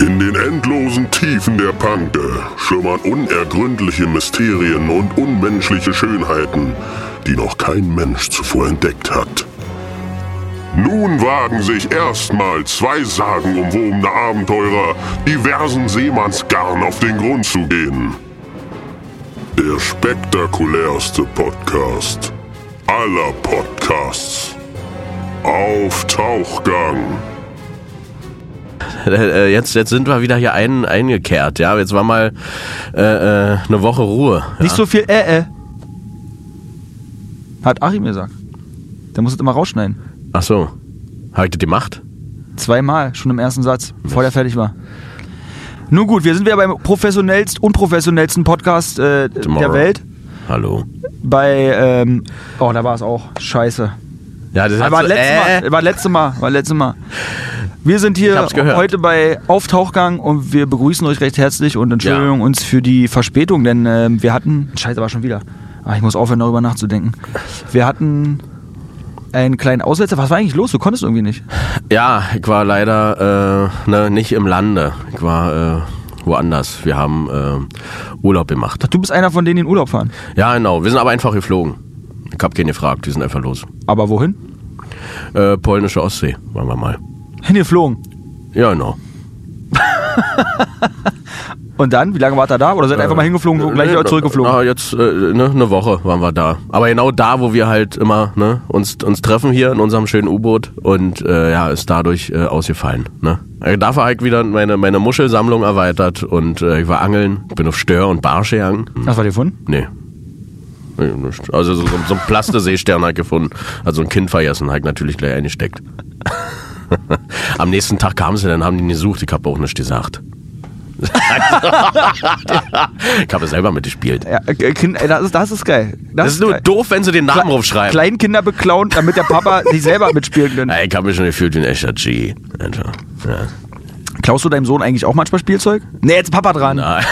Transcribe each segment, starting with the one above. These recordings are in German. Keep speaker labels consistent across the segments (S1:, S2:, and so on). S1: In den endlosen Tiefen der Punkte schimmern unergründliche Mysterien und unmenschliche Schönheiten, die noch kein Mensch zuvor entdeckt hat. Nun wagen sich erstmals zwei sagenumwobene Abenteurer, diversen Seemannsgarn auf den Grund zu gehen. Der spektakulärste Podcast aller Podcasts. Auf Tauchgang.
S2: Äh, äh, jetzt, jetzt sind wir wieder hier ein, eingekehrt, ja. Jetzt war mal äh, äh, eine Woche Ruhe.
S3: Nicht so viel äh, äh. Hat Achim gesagt. Der muss es immer rausschneiden.
S2: Ach so. Habe ich das gemacht?
S3: Zweimal, schon im ersten Satz, bevor der fertig war. Nun gut, wir sind wieder beim professionellst, unprofessionellsten Podcast äh, der
S2: Tomorrow.
S3: Welt.
S2: Hallo.
S3: Bei, ähm, oh, da war es auch. Scheiße.
S2: Ja, das hat
S3: war,
S2: so-
S3: letztes
S2: äh,
S3: Mal, war letztes Mal, war letztes Mal. Wir sind
S2: Ich
S3: hier
S2: hab's gehört.
S3: heute bei Auftauchgang und wir begrüßen euch recht herzlich und Entschuldigung uns für die Verspätung, denn ähm, wir hatten, scheiße, war schon wieder. Ah, ich muss aufhören, darüber nachzudenken. Wir hatten einen kleinen Aussetzer. Was war eigentlich los? Du konntest irgendwie nicht.
S2: Ja, ich war leider äh, ne, nicht im Lande. Ich war äh, woanders. Wir haben äh, Urlaub gemacht.
S3: Du bist einer von denen, die in Urlaub fahren.
S2: Ja, genau. Wir sind aber einfach geflogen. Ich hab keinen gefragt. Die sind einfach los.
S3: Aber wohin?
S2: Äh, polnische Ostsee waren wir mal.
S3: Hingeflogen.
S2: Ja, genau.
S3: Und dann, wie lange wart ihr da? Oder seid ihr einfach mal hingeflogen und gleich
S2: Äh, Nee,
S3: wieder zurückgeflogen?
S2: Na, jetzt äh, ne, eine Woche waren wir da. Aber genau da, wo wir halt immer ne, uns, uns treffen hier in unserem schönen U-Boot und äh, ja, ist dadurch äh, ausgefallen. Ne? Äh, Dafür habe ich wieder meine, meine Muschelsammlung erweitert und äh, ich war angeln, bin auf Stör und Barsch gegangen. Hm,
S3: Was war dir von?
S2: nee. Nee, nicht. Also so, so ein Plaste-Seestern halt gefunden. Also ein Kind vergessen, halt natürlich gleich eingesteckt. Am nächsten Tag kamen sie, dann haben die ihn gesucht. Ich habe auch nichts gesagt. ich habe selber mitgespielt.
S3: Ja, äh, kind, äh, das, ist, das ist geil.
S2: Das ist nur
S3: geil.
S2: doof, wenn sie den Namen
S3: Kle-
S2: draufschreiben.
S3: Kleinkinder beklauen, damit der Papa sich selber mitspielen kann.
S2: Ey, ich habe mich schon gefühlt wie ein echter G. Alter. Ja.
S3: Klaust du deinem Sohn eigentlich auch manchmal Spielzeug? Nee, jetzt ist Papa dran.
S2: Nein.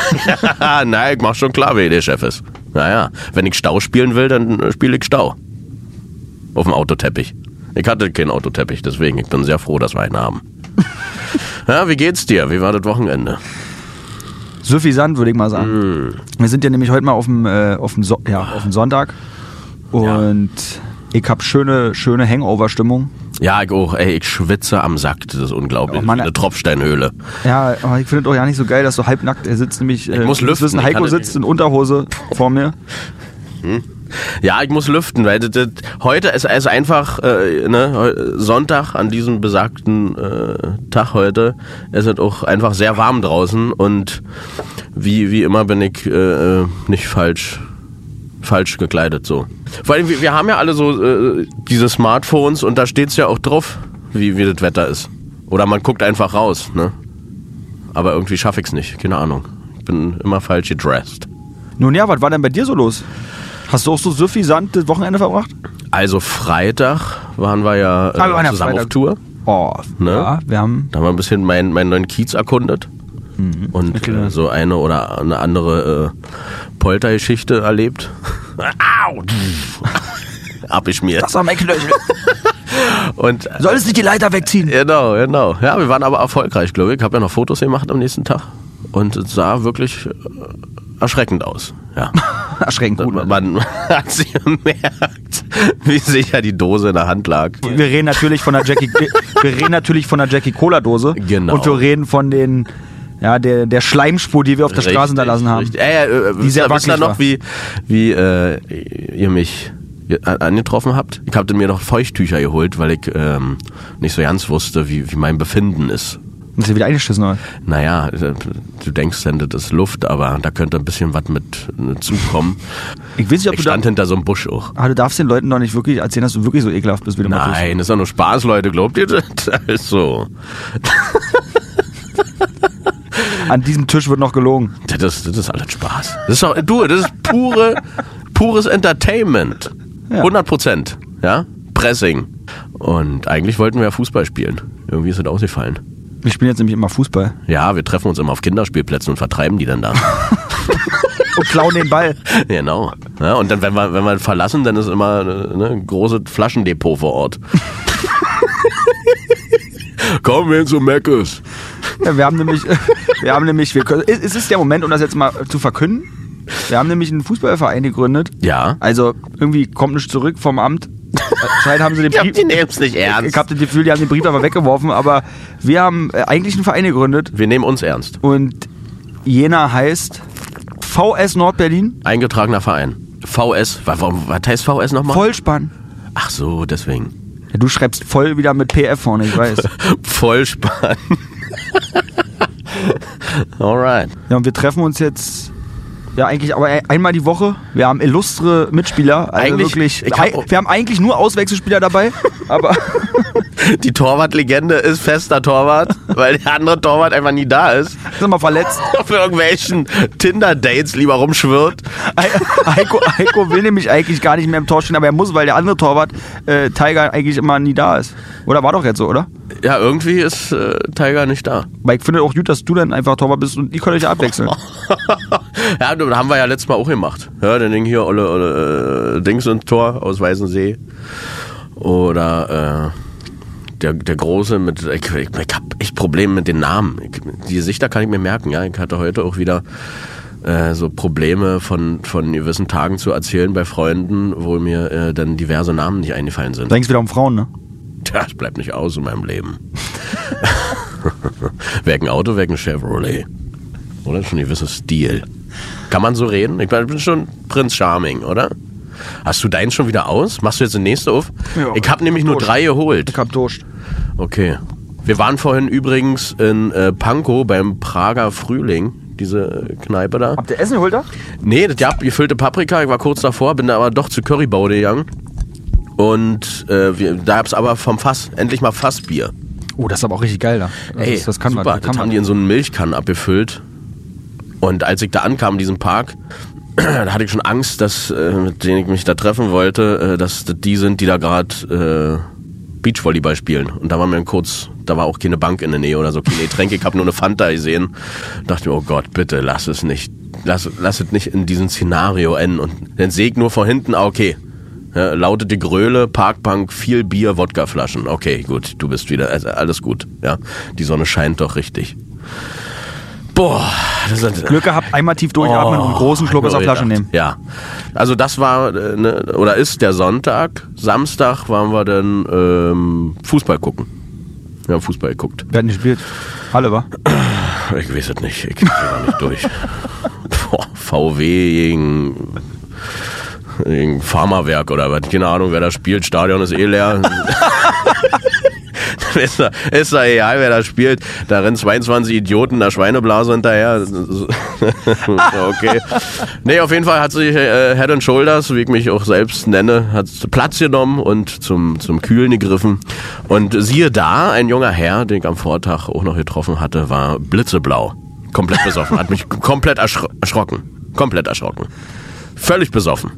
S2: Nein, Ah. ich mach schon klar, wer der Chef ist. Naja, wenn ich Stau spielen will, dann äh, spiele ich Stau. Auf dem Autoteppich. Ich hatte keinen Autoteppich, deswegen. Ich bin sehr froh, dass wir einen haben. Ja, wie geht's dir? Wie war das Wochenende?
S3: Suffisant, würde ich mal sagen.
S2: Mm.
S3: Wir sind ja nämlich heute mal auf dem, äh, auf dem, so ja, auf dem Sonntag. Und ich habe schöne, schöne Hangover-Stimmung.
S2: Ja, ich auch. Ey, ich schwitze am Sack. Das ist unglaublich.
S3: Oh Mann,
S2: eine
S3: ey.
S2: Tropfsteinhöhle.
S3: Ja, aber ich finde es auch ja nicht so geil, dass du halbnackt, er sitzt nämlich, äh,
S2: muss
S3: du musst
S2: lüften,
S3: wissen,
S2: ich
S3: Heiko
S2: kann das
S3: sitzt in Unterhose vor mir.
S2: Ja, ich muss lüften, weil das, das, heute ist also einfach äh, ne, heu- Sonntag an diesem besagten äh, Tag heute. Es ist auch einfach sehr warm draußen und wie wie immer bin ich äh, äh, nicht falsch falsch gekleidet so. Vor allem wir, wir haben ja alle so äh, diese Smartphones und da steht's ja auch drauf, wie wie das Wetter ist. Oder man guckt einfach raus, ne? Aber irgendwie schaffe ich's nicht, keine Ahnung. Ich bin immer falsch gedressed.
S3: Nun ja, was war denn bei dir so los? Hast du auch so suffisant das Wochenende verbracht?
S2: Also Freitag waren wir ja äh,
S3: Ah, wir waren ja
S2: zusammen
S3: Freitag.
S2: auf Tour.
S3: Oh,
S2: Ne?
S3: ja, wir haben
S2: Da haben wir ein bisschen meinen meinen neuen Kiez erkundet und
S3: Okay.
S2: äh, so eine oder eine andere äh, Poltergeschichte erlebt. Au! Ab ich mir.
S3: war mein Knöchel.
S2: Und äh,
S3: Solltest nicht die Leiter wegziehen.
S2: genau, genau. Ja, wir waren aber erfolgreich, glaube ich. Ich habe ja noch Fotos gemacht am nächsten Tag und es sah wirklich äh, erschreckend aus. Ja.
S3: Erschreckend gut.
S2: Man, man hat sie gemerkt, wie sicher die Dose in der Hand lag.
S3: Wir reden natürlich von der Jackie, wir wir reden natürlich von der Jackie Cola Dose.
S2: Genau.
S3: Und wir reden von den, ja, der, der Schleimspur, die wir auf der Straße hinterlassen haben.
S2: Richtig. Ja, ja, äh,
S3: Die sehr
S2: wisst ihr- wisst ihr
S3: wackelig
S2: noch,
S3: war.
S2: wie, wie äh, ihr mich ge- a- angetroffen habt? Ich habe mir noch Feuchttücher geholt, weil ich ähm, nicht so ganz wusste, wie, wie mein Befinden ist.
S3: Ist ja wieder eingeschissen, oder?
S2: Naja, äh, du denkst, sendet ist Luft, aber da könnte ein bisschen was mit äh, zukommen.
S3: Ich weiß nicht, ob
S2: Ich
S3: du da,
S2: stand hinter so einem Busch auch.
S3: ah, du darfst den Leuten doch nicht wirklich erzählen, dass du wirklich so ekelhaft bist, wie du mal tust.
S2: Nein, ist doch nur Spaß, Leute. Glaubt ihr das? Also,
S3: An diesem Tisch wird noch gelogen.
S2: das ist, das ist alles Spaß. Das ist doch, du, das ist pure, pures Entertainment.
S3: Ja.
S2: 100 Prozent. Ja? Pressing. Und eigentlich wollten wir ja Fußball spielen. Irgendwie ist das ausgefallen.
S3: Wir spielen jetzt nämlich immer Fußball
S2: Ja, wir treffen uns immer auf Kinderspielplätzen und vertreiben die dann da.
S3: und klauen den Ball.
S2: genau. Ja, und dann, wenn wir, wenn wir verlassen, dann ist immer äh, ne, ein großes Flaschendepot vor Ort. Komm hin zu Meckes.
S3: Ja, wir haben nämlich, wir haben nämlich, wir können, es es ist der Moment, um das jetzt mal zu verkünden. Wir haben nämlich einen Fußballverein gegründet.
S2: Ja.
S3: Also irgendwie kommt nicht zurück vom Amt. Anscheinend haben sie den
S2: Ich hab
S3: Brief.
S2: die nehmen's nicht
S3: Ich
S2: ernst.
S3: habe das Gefühl, die haben den Brief aber weggeworfen, aber wir haben äh, eigentlich einen Verein gegründet
S2: Wir nehmen uns ernst.
S3: und jener heißt VS Nordberlin
S2: Eingetragener Verein. VS, wa- warum, was heißt VS nochmal?
S3: Vollspann.
S2: Ach so, deswegen.
S3: Ja, du schreibst voll wieder mit PF vorne, ich weiß.
S2: Vollspann. Alright.
S3: Ja, und wir treffen uns jetzt ja eigentlich aber ein- einmal die Woche. Wir haben illustre Mitspieler. Also
S2: Eigentlich-
S3: wirklich,
S2: ich hab-
S3: ei- wir haben eigentlich nur Auswechselspieler dabei, aber
S2: Die Torwartlegende ist fester Torwart, weil der andere Torwart einfach nie da ist.
S3: sind mal verletzt.
S2: Auf irgendwelchen Tinder-Dates lieber rumschwirrt.
S3: He- Heiko, Heiko will nämlich eigentlich gar nicht mehr im Tor stehen, aber er muss, weil der andere Torwart, äh, Tiger, eigentlich immer nie da ist. Oder war doch jetzt so, oder?
S2: Ja, irgendwie ist äh, Tiger nicht da.
S3: Weil ich finde auch gut, dass du dann einfach Torwart bist und ihr könnt euch abwechseln.
S2: ja, das haben wir ja letztes Mal auch gemacht. Ja, dann Ding hier, Olle, Olle äh, Dings und Tor aus Weißensee. Oder äh, der, der Große mit. Ich, ich, ich habe echt Probleme mit den Namen. Ich, die Gesichter kann ich mir merken, ja. Ich hatte heute auch wieder äh, so Probleme von, von gewissen Tagen zu erzählen bei Freunden, wo mir äh, dann diverse Namen nicht eingefallen sind.
S3: Da ging es wieder um Frauen, ne?
S2: Das bleibt nicht aus in meinem Leben. wer ein Auto, wer ein Chevrolet. Oder schon ein gewisses Stil. Kann man so reden? Ich bin schon Prinz Charming, oder? Hast du deinen schon wieder aus? Machst du jetzt den nächsten auf?
S3: Ja.
S2: ich habe nämlich nur
S3: Durch.
S2: drei geholt.
S3: Ich hab durch.
S2: Okay. Wir waren vorhin übrigens in äh, Pankow beim Prager Frühling. Diese äh, Kneipe da.
S3: Habt ihr Essen geholt da?
S2: Nee, das gab gefüllte Paprika. Ich war kurz davor, bin da aber doch zu Currybude gegangen. Und äh, wir, da gab's aber vom Fass, endlich mal Fassbier.
S3: Oh, das ist aber auch richtig geil da. Das,
S2: Ey,
S3: ist- das kann
S2: super,
S3: man.
S2: das
S3: kann
S2: haben
S3: man.
S2: die in so einen Milchkannen abgefüllt. Und als ich da ankam in diesem Park, da hatte ich schon Angst, dass äh, mit denen ich mich da treffen wollte, äh, dass das die sind, die da gerade äh, Beachvolleyball spielen. Und da war mir kurz, da war auch keine Bank in der Nähe oder so, keine Tränke, ich habe nur eine Fanta gesehen. Dachte mir, oh Gott, bitte lass es nicht, lass, lass es nicht in diesem Szenario enden. Und dann sehe ich nur vor hinten, ah, okay. Ja, lautet die Gröle, Parkbank, viel Bier, Wodkaflaschen. Okay, gut, du bist wieder, also alles gut. Ja, die Sonne scheint doch richtig. Boah, das ist
S3: Glück gehabt, einmal tief durchatmen
S2: Oh,
S3: und einen großen Schluck aus der Flasche nehmen.
S2: ja. Also das war äh, ne, oder ist der Sonntag. Samstag waren wir dann ähm, Fußball gucken. Wir haben Fußball geguckt.
S3: Wer hat nicht gespielt? Halle, war.
S2: Ich weiß es nicht. Ich krieg da nicht durch. Boah, VW gegen, gegen Pharmawerk oder was. Keine Ahnung, wer da spielt. Stadion ist eh leer. ist, da, ist da egal, wer da spielt. Da rennen 22 Idioten der Schweineblase hinterher. okay. Nee, auf jeden Fall hat sich äh, Head and Shoulders, wie ich mich auch selbst nenne, hat Platz genommen und zum, zum Kühlen gegriffen. Und siehe da, ein junger Herr, den ich am Vortag auch noch getroffen hatte, war blitzeblau. Komplett besoffen. Hat mich komplett erschro erschrocken. Komplett erschrocken. Völlig besoffen.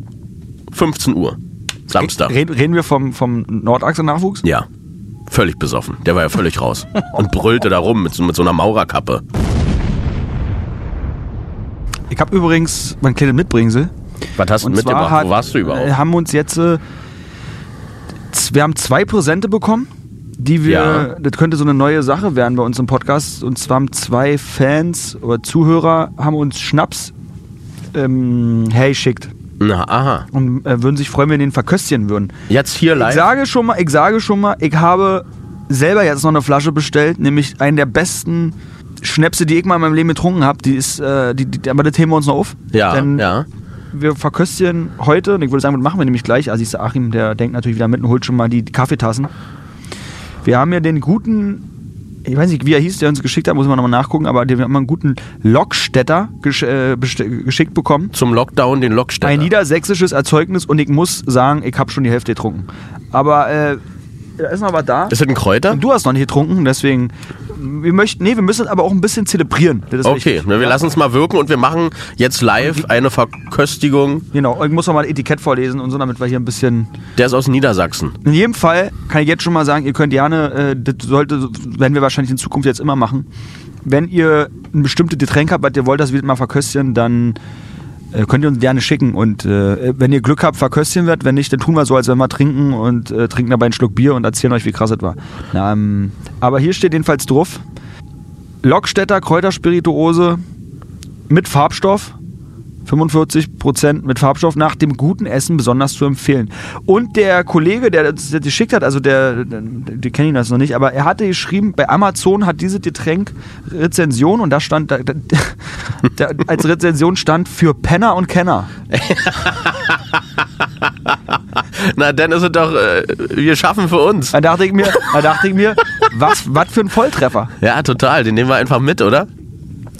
S2: 15 Uhr. Samstag.
S3: Red, reden wir vom, vom Nordachse-Nachwuchs?
S2: Ja. Völlig besoffen. Der war ja völlig raus. Und brüllte da rum mit, so- mit so einer Maurerkappe.
S3: Ich habe übrigens mein kleines Mitbringsel.
S2: Was hast du
S3: Und zwar
S2: mitgebracht?
S3: hat-
S2: Wo warst du überhaupt?
S3: äh, Haben uns jetzt, äh, z- wir haben zwei Präsente bekommen, die wir,
S2: Ja.
S3: das könnte so eine neue Sache werden bei uns im Podcast. Und zwar haben zwei Fans oder Zuhörer haben uns Schnaps ähm, hey schickt
S2: Na, aha.
S3: und äh, würden sich freuen, wenn wir den verköstigen würden.
S2: Jetzt hier
S3: Ich
S2: live.
S3: sage schon mal, ich sage schon mal, ich habe selber jetzt noch eine Flasche bestellt, nämlich einen der besten Schnäpse, die ich mal in meinem Leben getrunken habe. Die ist, äh, die, die, aber das heben wir uns noch auf.
S2: Ja,
S3: Denn
S2: ja.
S3: wir verköstigen heute, und ich würde sagen, das machen wir nämlich gleich. Also, ich sag, Achim, der denkt natürlich wieder mit und holt schon mal die Kaffeetassen. Wir haben ja den guten, ich weiß nicht, wie er hieß, der uns geschickt hat, muss man nochmal nachgucken, aber den- wir haben einen guten Lokstädter gesch äh, best- geschickt bekommen.
S2: Zum Lockdown den Lockstädter.
S3: Ein niedersächsisches Erzeugnis und ich muss sagen, ich habe schon die Hälfte getrunken. Aber äh, da ist noch was da.
S2: Ist das ein Kräuter?
S3: Und du hast noch nicht getrunken, deswegen. Wir möchten, nee, wir müssen es aber auch ein bisschen zelebrieren. Das ist
S2: Okay,
S3: wichtig.
S2: ne, wir lassen es mal wirken und wir machen jetzt live eine Verköstigung.
S3: Genau, ich muss noch mal ein Etikett vorlesen und so, damit wir hier ein bisschen.
S2: Der ist aus Niedersachsen.
S3: In jedem Fall kann ich jetzt schon mal sagen, ihr könnt gerne, äh, das sollte, werden wir wahrscheinlich in Zukunft jetzt immer machen. Wenn ihr ein bestimmtes Getränk habt, was ihr wollt, dass wir das mal verköstigen, dann äh, könnt ihr uns gerne schicken. Und äh, wenn ihr Glück habt, verköstigen wird. Wenn nicht, dann tun wir so, als wenn wir trinken und äh, trinken dabei einen Schluck Bier und erzählen euch, wie krass es war. Na, ähm, aber hier steht jedenfalls drauf: Lockstädter Kräuterspirituose mit Farbstoff. 45% mit Farbstoff nach dem guten Essen besonders zu empfehlen. Und der Kollege, der uns das geschickt hat, also der, die kennen ihn das noch nicht, aber er hatte geschrieben, bei Amazon hat dieses Getränk Rezension und da stand, da, da, da, als Rezension stand für Penner und Kenner.
S2: Na, dann ist es doch, äh, wir schaffen für uns.
S3: Da dachte ich mir, da dachte ich mir, was, was für ein Volltreffer.
S2: Ja, total. Den nehmen wir einfach mit, oder?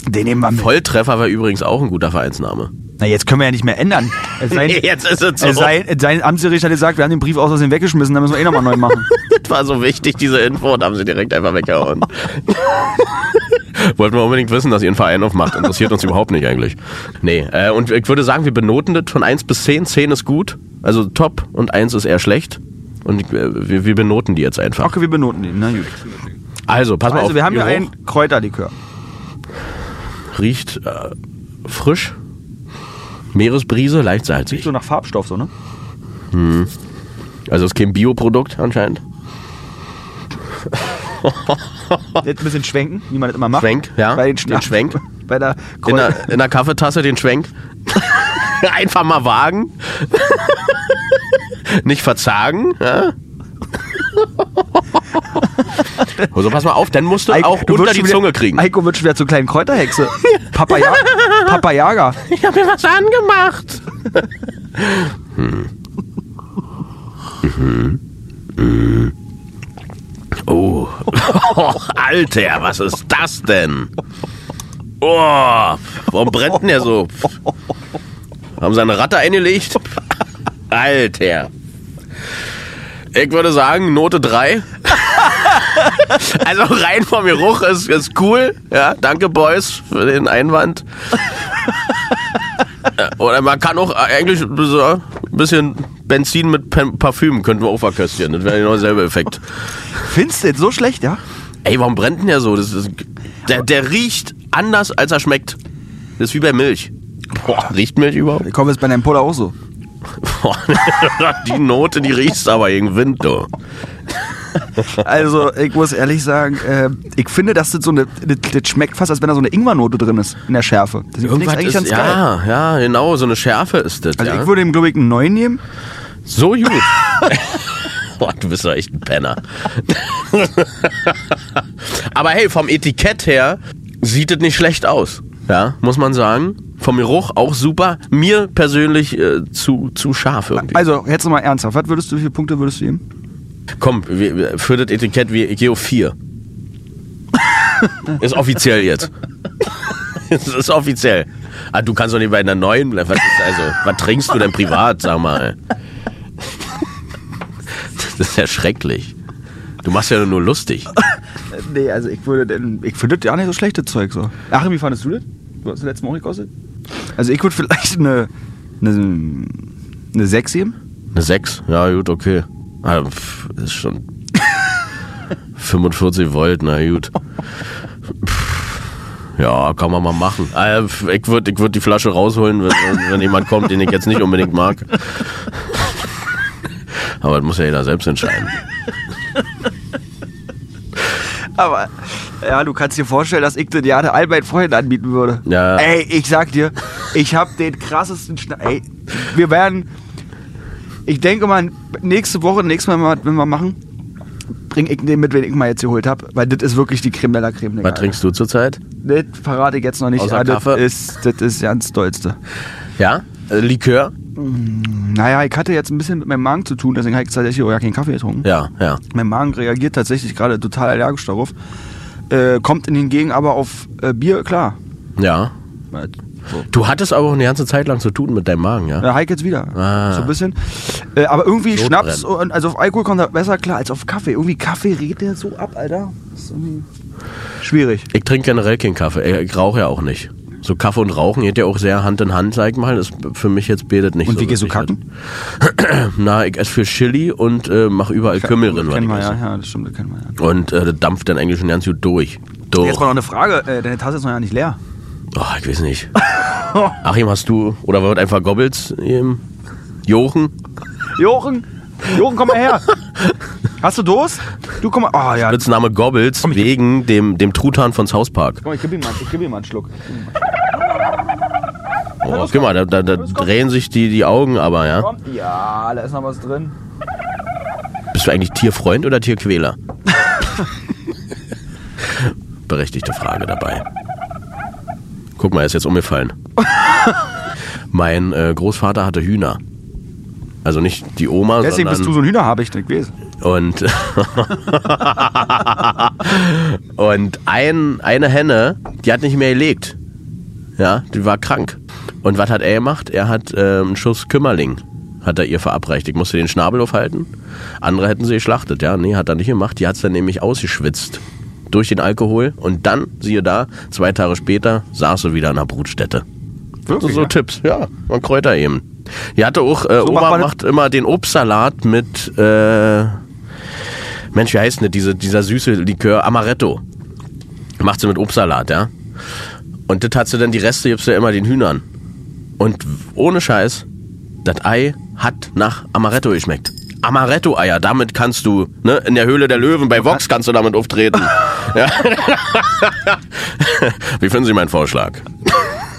S3: Den nehmen wir mit.
S2: Volltreffer war übrigens auch ein guter Vereinsname.
S3: Na, jetzt können wir ja nicht mehr ändern. Es sei,
S2: Jetzt ist es so.
S3: es sei, es sei Amtsgericht hat gesagt, wir haben den Brief aus Versehen weggeschmissen, da müssen wir eh nochmal neu machen.
S2: Das war so wichtig, diese Info, und haben sie direkt einfach weggehauen. Wollten wir unbedingt wissen, dass ihr einen Verein aufmacht. Interessiert uns überhaupt nicht eigentlich. Nee, äh, und ich würde sagen, wir benoten das von 1 bis 10. 10 ist gut, also top, und 1 ist eher schlecht. Und ich, äh, wir, wir benoten die jetzt einfach.
S3: Okay, wir benoten den. Na gut.
S2: Also, pass mal auf.
S3: Also, wir haben hier
S2: Geruch
S3: einen Kräuterlikör.
S2: Riecht äh, frisch, Meeresbrise, leicht salzig.
S3: So nach Farbstoff, so, ne?
S2: Also, es ist kein Bioprodukt anscheinend.
S3: Jetzt ein bisschen schwenken, wie man das immer macht.
S2: Schwenk, ja,
S3: Bei den,
S2: den
S3: Schnaps-
S2: Schwenk.
S3: Bei der
S2: In
S3: Kräuter.
S2: der, in der Kaffeetasse den Schwenk. Einfach mal wagen. Nicht verzagen. Ja? so, pass mal auf, dann musst du
S3: Eik-
S2: auch
S3: du wirst
S2: unter die
S3: schon wieder-
S2: Zunge kriegen.
S3: Eiko wird schon wieder zur kleinen Kräuterhexe. Papaya Papayaga.
S2: Ich habe mir was angemacht. Oh. Alter, was ist das denn? Oh, warum brennt denn der so? Haben sie eine Ratte eingelegt? Alter. Ich würde sagen, Note 3. Also rein vom Geruch ist, ist cool. Ja, danke, Boys, für den Einwand. Oder man kann auch eigentlich so ein bisschen Benzin mit Pen Parfüm könnten wir auch verköstigen. Das wäre genau derselbe Effekt.
S3: Findest du das so schlecht, ja?
S2: Ey, warum brennt denn der so? Das ist, der, der riecht anders, als er schmeckt. Das ist wie bei Milch. Boah, riecht Milch überhaupt?
S3: Kommen wir jetzt bei deinem Puller auch so.
S2: Boah, die Note, die riechst aber gegen Wind, du.
S3: Also, ich muss ehrlich sagen, äh, ich finde, dass das so eine. Das, das schmeckt fast, als wenn da so eine Ingwernote drin ist, in der Schärfe. Deswegen finde ich das eigentlich ganz geil.
S2: ja, ja, genau, so eine Schärfe ist das.
S3: Also,
S2: ja.
S3: ich würde ihm, glaube ich, einen neuen nehmen.
S2: So gut. Boah, du bist doch echt ein Penner. Aber hey, vom Etikett her sieht es nicht schlecht aus. Ja, muss man sagen. Vom Geruch auch super. Mir persönlich äh, zu, zu scharf irgendwie.
S3: Also, jetzt nochmal ernsthaft. Was würdest du, wie viele Punkte würdest du ihm?
S2: Komm, wir, wir- für das Etikett wie Geo 4. ist offiziell jetzt. Es ist offiziell. Ah, du kannst doch nicht bei einer neuen bleiben. Was, ist, also, was trinkst du denn privat, sag mal? Das ist ja schrecklich. Du machst ja nur lustig.
S3: Nee, also, ich würde denn. Ich finde das ja nicht so schlechtes Zeug so. Achim, wie fandest du das? Du hast das letzte Mal auch gekostet? Also, ich würde vielleicht eine. eine. eine 6 geben.
S2: Eine 6? Ja, gut, okay. Ah, pf, ist schon 45 Volt, na gut. Pff, Ja, kann man mal machen. Ah, pf, Ich würde ich würd die Flasche rausholen, wenn, wenn- wenn jemand kommt, den ich jetzt nicht unbedingt mag. Aber das muss ja jeder selbst entscheiden.
S3: Aber. Ja, du kannst dir vorstellen, dass ich das ja der Albert vorhin anbieten würde.
S2: Ja.
S3: Ey, ich sag dir, ich hab den krassesten Schna Ey, wir werden. Ich denke mal, nächste Woche, nächstes Mal, wenn wir machen, bring ich den mit, den ich mal jetzt geholt hab. Weil das ist wirklich die Creme de la Creme.
S2: Was trinkst du zurzeit?
S3: Das verrate ich jetzt noch nicht.
S2: Außer
S3: Ah, das,
S2: Kaffee?
S3: ist, das ist ganz Dollste.
S2: Ja? Äh, Likör?
S3: Naja, ich hatte jetzt ein bisschen mit meinem Magen zu tun, deswegen habe ich tatsächlich auch ja keinen Kaffee getrunken.
S2: Ja, ja.
S3: Mein Magen reagiert tatsächlich gerade total allergisch darauf. Äh, kommt hingegen aber auf äh, Bier, klar.
S2: Ja.
S3: So.
S2: Du hattest aber auch eine ganze Zeit lang zu tun mit deinem Magen, ja?
S3: Ja, Heike jetzt wieder.
S2: Ah.
S3: So ein bisschen. Äh, aber irgendwie
S2: Sodbrennen.
S3: Schnaps, und, also auf Alkohol kommt er besser klar als auf Kaffee. Irgendwie Kaffee redet der so ab, Alter. Ist irgendwie schwierig.
S2: Ich trinke generell keinen Kaffee. Äh, Ich rauche ja auch nicht. So Kaffee und Rauchen geht ja auch sehr Hand in Hand, sag ich mal. Das ist für mich jetzt betet nicht
S3: Und
S2: so ne?
S3: wie gehst du
S2: richtig
S3: kacken?
S2: mit. Na, ich esse viel Chili und äh, mache überall Kümmel drin,
S3: Das
S2: was
S3: kennen
S2: ich
S3: wir, ja.
S2: esse.
S3: ja, das stimmt, das kennen wir ja.
S2: Und äh, das dampft dann eigentlich schon ganz gut durch. durch.
S3: Jetzt mal noch eine Frage. Äh, deine Tasse ist noch ja nicht leer.
S2: Oh, ich weiß nicht. Achim, hast du, oder wird einfach Gobbels im Jochen?
S3: Jochen, Jochen, komm mal her. Hast du Durst? Du komm mal. Ah ja.
S2: Spitzname Gobbels
S3: Komm, ich-
S2: wegen dem, dem Truthahn von South Park.
S3: Komm, ich geb ihm mal, ich geb ihm mal einen Schluck.
S2: Oh, guck mal, da, da, da
S3: Los, komm.
S2: drehen sich die, die Augen aber, ja.
S3: Komm. Ja, da ist noch was drin.
S2: Bist du eigentlich Tierfreund oder Tierquäler? Berechtigte Frage dabei. Guck mal, er ist jetzt umgefallen. mein äh, Großvater hatte Hühner. Also nicht die Oma,
S3: Deswegen
S2: sondern
S3: bist du so ein Hühnerhabicht, ich weiß.
S2: Und, und ein, eine Henne, die hat nicht mehr gelegt. Ja, die war krank. Und was hat er gemacht? Er hat äh, einen Schuss Kümmerling, hat er ihr verabreicht. Ich musste den Schnabel aufhalten. Andere hätten sie geschlachtet, ja. Nee, hat er nicht gemacht. Die hat es dann nämlich ausgeschwitzt. Durch den Alkohol. Und dann, siehe da, zwei Tage später saß sie wieder in der Brutstätte. So,
S3: Wirklich,
S2: so
S3: ja?
S2: Tipps, ja. Und Kräuter eben. Die hatte auch, äh,
S3: So macht
S2: Oma
S3: man-
S2: macht immer den Obstsalat mit, äh, Mensch, wie heißt denn das, diese, dieser süße Likör? Amaretto. Macht sie mit Obstsalat, ja. Und das hat sie dann, die Reste gibst du ja immer den Hühnern. Und w- ohne Scheiß, das Ei hat nach Amaretto geschmeckt. Amaretto-Eier, damit kannst du, ne, in der Höhle der Löwen, bei Vox kannst du damit auftreten. ja. Wie finden Sie meinen Vorschlag?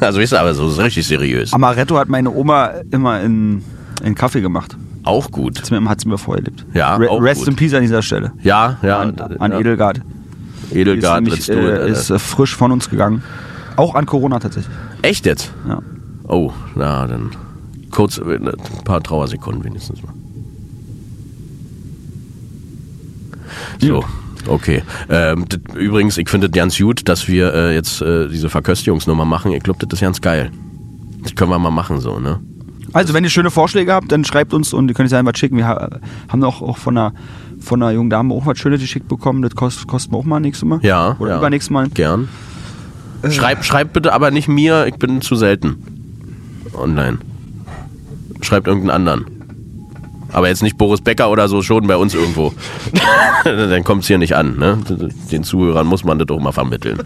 S2: Also ist aber so richtig seriös.
S3: Amaretto hat meine Oma immer in, in Kaffee gemacht.
S2: Auch gut.
S3: Hat's mir, hat's mir vorgelebt.
S2: Ja,
S3: Re
S2: auch
S3: Rest
S2: gut.
S3: in Peace an dieser Stelle.
S2: Ja, ja. äh,
S3: An, an
S2: ja.
S3: Edelgard. Die
S2: Edelgard, let's
S3: ist,
S2: do
S3: nämlich,
S2: it.
S3: äh,
S2: Alter.
S3: ist äh, frisch von uns gegangen. Auch an Corona tatsächlich.
S2: Echt jetzt?
S3: Ja.
S2: Oh, na dann. Kurz, äh, ein paar Trauersekunden wenigstens mal. So, okay. Ähm, das, übrigens, ich finde das ganz gut, dass wir äh, jetzt äh, diese Verköstigungsnummer machen. Ich glaube, das ist ganz geil. Das können wir mal machen so, ne?
S3: Also, wenn ihr schöne Vorschläge habt, dann schreibt uns und ihr könnt uns ja einfach schicken. Wir ha- haben auch, auch von, einer, von einer jungen Dame auch was Schönes geschickt bekommen. Das kostet, kostet mir auch mal nächstes Mal.
S2: Ja.
S3: Oder
S2: ja.
S3: übernächstes Mal. Äh.
S2: Gern. Schreib, schreib bitte aber nicht mir, ich bin zu selten. Online. Schreibt irgendeinen anderen. Aber jetzt nicht Boris Becker oder so, schon bei uns irgendwo. Dann kommt es hier nicht an. Ne? Den Zuhörern muss man das doch mal vermitteln.